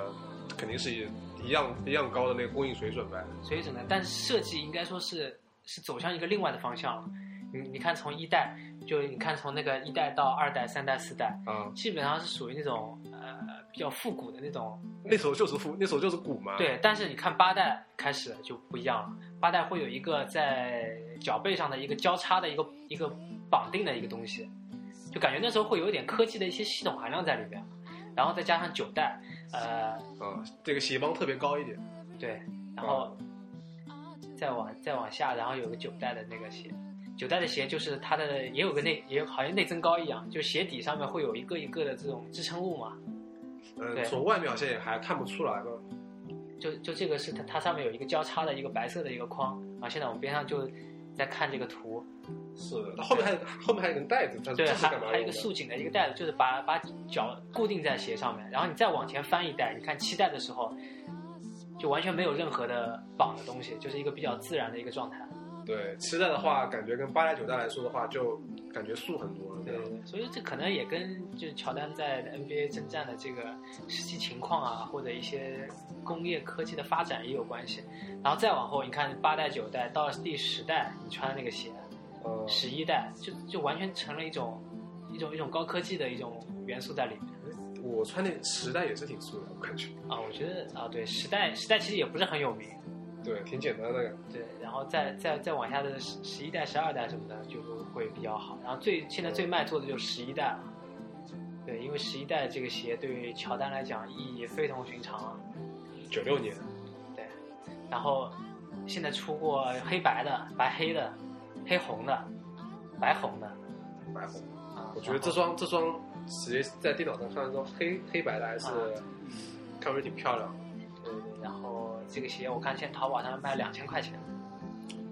C: 肯定是一样一样高的那个工艺水准呗。
B: 所以整个，但是设计应该说是是走向一个另外的方向了。你你看，从一代就你看从那个一代到二代、三代、四代，
C: 啊，
B: 基本上是属于那种呃比较复古的那种。
C: 那时候就是复，那时候就是鼓嘛。，
B: 对，但是你看八代开始就不一样了，八代会有一个在脚背上的一个交叉的一个一个绑定的一个东西，就感觉那时候会有一点科技的一些系统含量在里面。然后再加上九代，呃，
C: 啊，这个鞋帮特别高一点。
B: 对，
C: 嗯
B: 然后再往再往下，然后有个九代的那个鞋，九代的鞋就是它的也有个内也有好像内增高一样，就鞋底上面会有一个一个的这种支撑物嘛，
C: 嗯，
B: 对
C: 从外面好像也还看不出来吧。
B: 就就这个是它它上面有一个交叉的一个白色的一个框，啊，现在我们边上就在看这个图，
C: 是，它后面还有后面还有根带子，它
B: 对，
C: 这是
B: 还
C: 干嘛用
B: 还
C: 的？
B: 有一个束紧的一个带子，就是把把脚固定在鞋上面，然后你再往前翻一代，你看七代的时候，就完全没有任何的绑的东西，就是一个比较自然的一个状态。
C: 对，七代的话，感觉跟八代九代来说的话，就感觉素很多了。
B: 对
C: 吧
B: 对对，所以这可能也跟就是乔丹在 NBA 征战的这个实际情况啊，或者一些工业科技的发展也有关系。然后再往后，你看八代、九代到第十代，你穿的那个鞋，
C: 嗯，
B: 十一代就就完全成了一种一种一种高科技的一种元素在里面
C: 我穿那十代也是挺素的，我感觉。
B: 啊。我觉得啊，对时代时代其实也不是很有名，
C: 对，挺简单的感觉。
B: 对，然后再再再往下的十十一代、十二代什么的就会比较好。然后最现在最卖座的就是十一代了，对，因为十一代这个鞋对于乔丹来讲意义非同寻常啊。
C: 九六年，
B: 对，然后现在出过黑白的、白黑的、黑红的、白红的
C: 白红。
B: 啊。
C: 我觉得这双这双鞋在电脑上看，这双黑黑白的还是
B: 啊
C: 看上去挺漂亮的。
B: 然后对对，对然后这个鞋我看现在淘宝上卖两千块钱，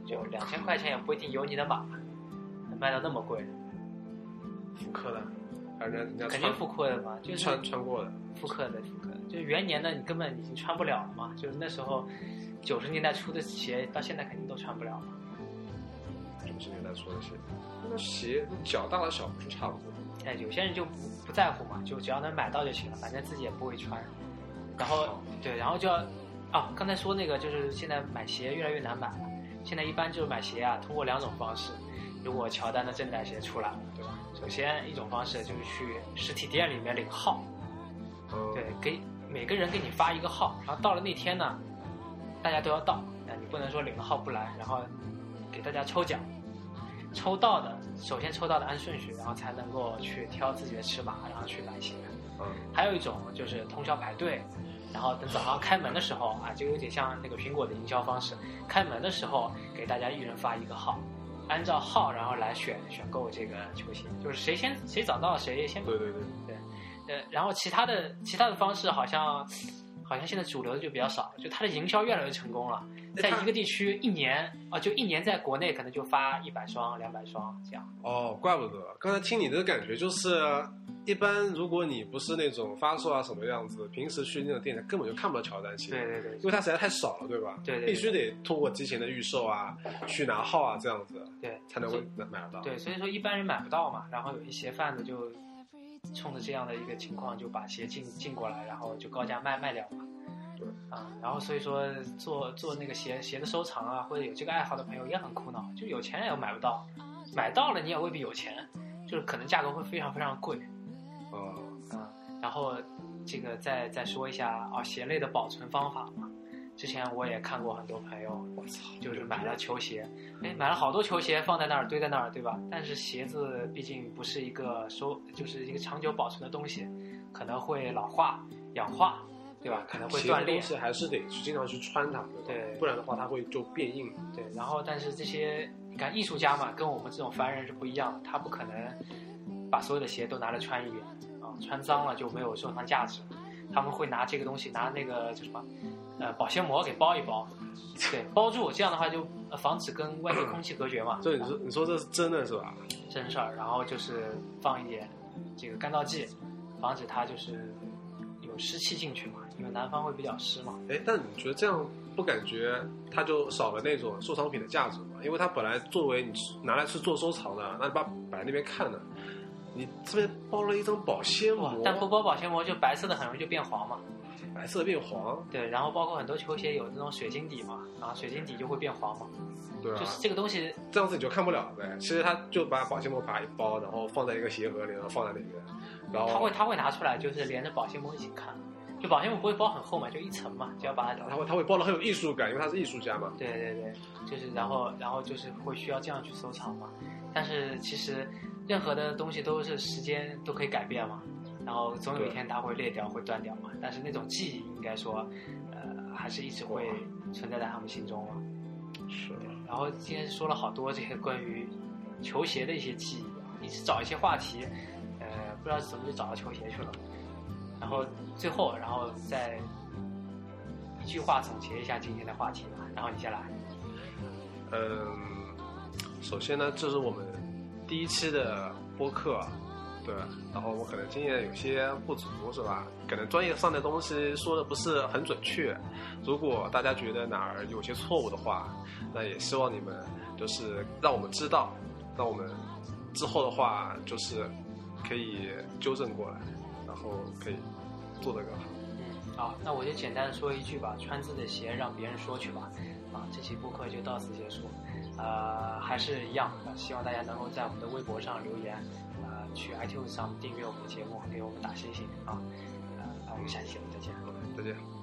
B: 就两千块钱也不一定有你的码，卖到那么贵，
C: 复刻的，反正人家
B: 肯
C: 穿
B: 定复刻的嘛，就是
C: 穿穿过的。
B: 复刻的复刻的，就是元年的你根本已经穿不了了嘛，就是那时候九十年代初的鞋到现在肯定都穿不了了。
C: 九十年代出的鞋，那鞋脚大了小不是差不多？
B: 哎，有些人就不不在乎嘛，就只要能买到就行了，反正自己也不会穿。然后对，然后就要啊，刚才说那个就是现在买鞋越来越难买了，现在一般就是买鞋啊，通过两种方式。如果乔丹的正代鞋出来了，对吧？首先一种方式就是去实体店里面领号，
C: 嗯，
B: 对，给每个人给你发一个号，然后到了那天呢，大家都要到，那你不能说领了号不来，然后给大家抽奖，抽到的首先抽到的按顺序，然后才能够去挑自己的尺码，然后去买鞋。
C: 嗯，
B: 还有一种就是通宵排队，然后等早上开门的时候啊，就有点像那个苹果的营销方式，开门的时候给大家一人发一个号，按照号然后来选选购这个球鞋，就是谁先谁早到谁先买。
C: 对对对，
B: 呃，然后其他的其他的方式好像好像现在主流的就比较少，就它的营销越来越成功了，在一个地区一年啊，就一年在国内可能就发一百双、两百双这样。
C: 哦，怪不得刚才听你的感觉就是，一般如果你不是那种发售啊什么样子，平时去那种店里根本就看不到乔丹鞋，
B: 对对对
C: 因为它实在太少了，对吧？
B: 对对对
C: 必须得通过提前的预售啊，去拿号啊这样子，
B: 对
C: 才能够买买得到。
B: 对，所以说一般人买不到嘛，然后有一些贩子就冲着这样的一个情况就把鞋进进过来，然后就高价卖卖掉嘛。
C: 对
B: 啊，然后所以说做做那个鞋鞋的收藏啊，或者有这个爱好的朋友也很苦恼，就有钱也买不到，买到了你也未必有钱，就是可能价格会非常非常贵。
C: 哦，
B: 啊，然后这个再再说一下啊，鞋类的保存方法嘛。之前我也看过很多朋友，我操，就是买
C: 嗯
B: 了球鞋，哎，买了好多球鞋放在那儿堆在那儿，对吧？但是鞋子毕竟不是一个收，就是一个长久保存的东西，可能会老化、氧化，对吧？可能会
C: 鞋
B: 断
C: 的
B: 裂
C: 东。西还是得去经常去穿它，对吧？
B: 对
C: 不然的话它会就变硬。
B: 对，然后但是这些你看艺术家嘛，跟我们这种凡人是不一样的，他不可能把所有的鞋都拿来穿一遍啊，穿脏了就没有收藏价值。他们会拿这个东西，拿那个叫什么，呃，保鲜膜给包一包，对，包住，这样的话就呃防止跟外界空气隔绝嘛。
C: 所以你说你说这是真的是吧？
B: 真事儿，然后就是放一点这个干燥剂，防止它就是有湿气进去嘛，因为南方会比较湿嘛。
C: 哎，但你觉得这样不感觉它就少了那种收藏品的价值吗？因为它本来作为你拿来是做收藏的，那你把摆在那边看的，你这边包了一层保鲜
B: 哇
C: 膜，，
B: 但不包保鲜膜就白色的很容易就变黄嘛。
C: 白色变黄，
B: 对，然后包括很多球鞋有那种水晶底嘛，然后水晶底就会变黄嘛，
C: 对啊
B: 就，是这个东西，
C: 这样子你就看不了呗。其实它就把保鲜膜把它一包，然后放在一个鞋盒里，然后放在那边，然
B: 它
C: 后
B: 会它会拿出来，就是连着保鲜膜一起看，就保鲜膜不会包很厚嘛，就一层嘛，只要把它
C: 它会它会包的很有艺术感，因为它是艺术家嘛。
B: 对对对，就是然后然后就是会需要这样去收藏嘛。但是其实任何的东西都是时间都可以改变嘛，然后总有一
C: 对
B: 天它会裂掉会断掉嘛。但是那种记忆应该说，呃，还是一直会存在在他们心中嘛。
C: 是，
B: 然后今天说了好多这些关于球鞋的一些记忆啊，一直找一些话题，呃，不知道怎么就找到球鞋去了。然后最后，然后再一句话总结一下今天的话题吧。然后你先来。
C: 嗯，首先呢，这是我们第一期的播客，对，然后我可能经验有些不足，是吧？可能专业上的东西说的不是很准确。如果大家觉得哪儿有些错误的话，那也希望你们就是让我们知道，让我们之后的话就是可以纠正过来，然后可以做得更好。
B: 嗯，好，那我就简单说一句吧，穿自己的鞋让别人说去吧。啊，这期播客就到此结束。呃，还是一样，呃希望大家能够在我们的微博上留言，呃，去 iTunes 上订阅我们的节目，给我们打星星啊。呃，那我们下期节目再见。
C: 再见。
B: 拜拜。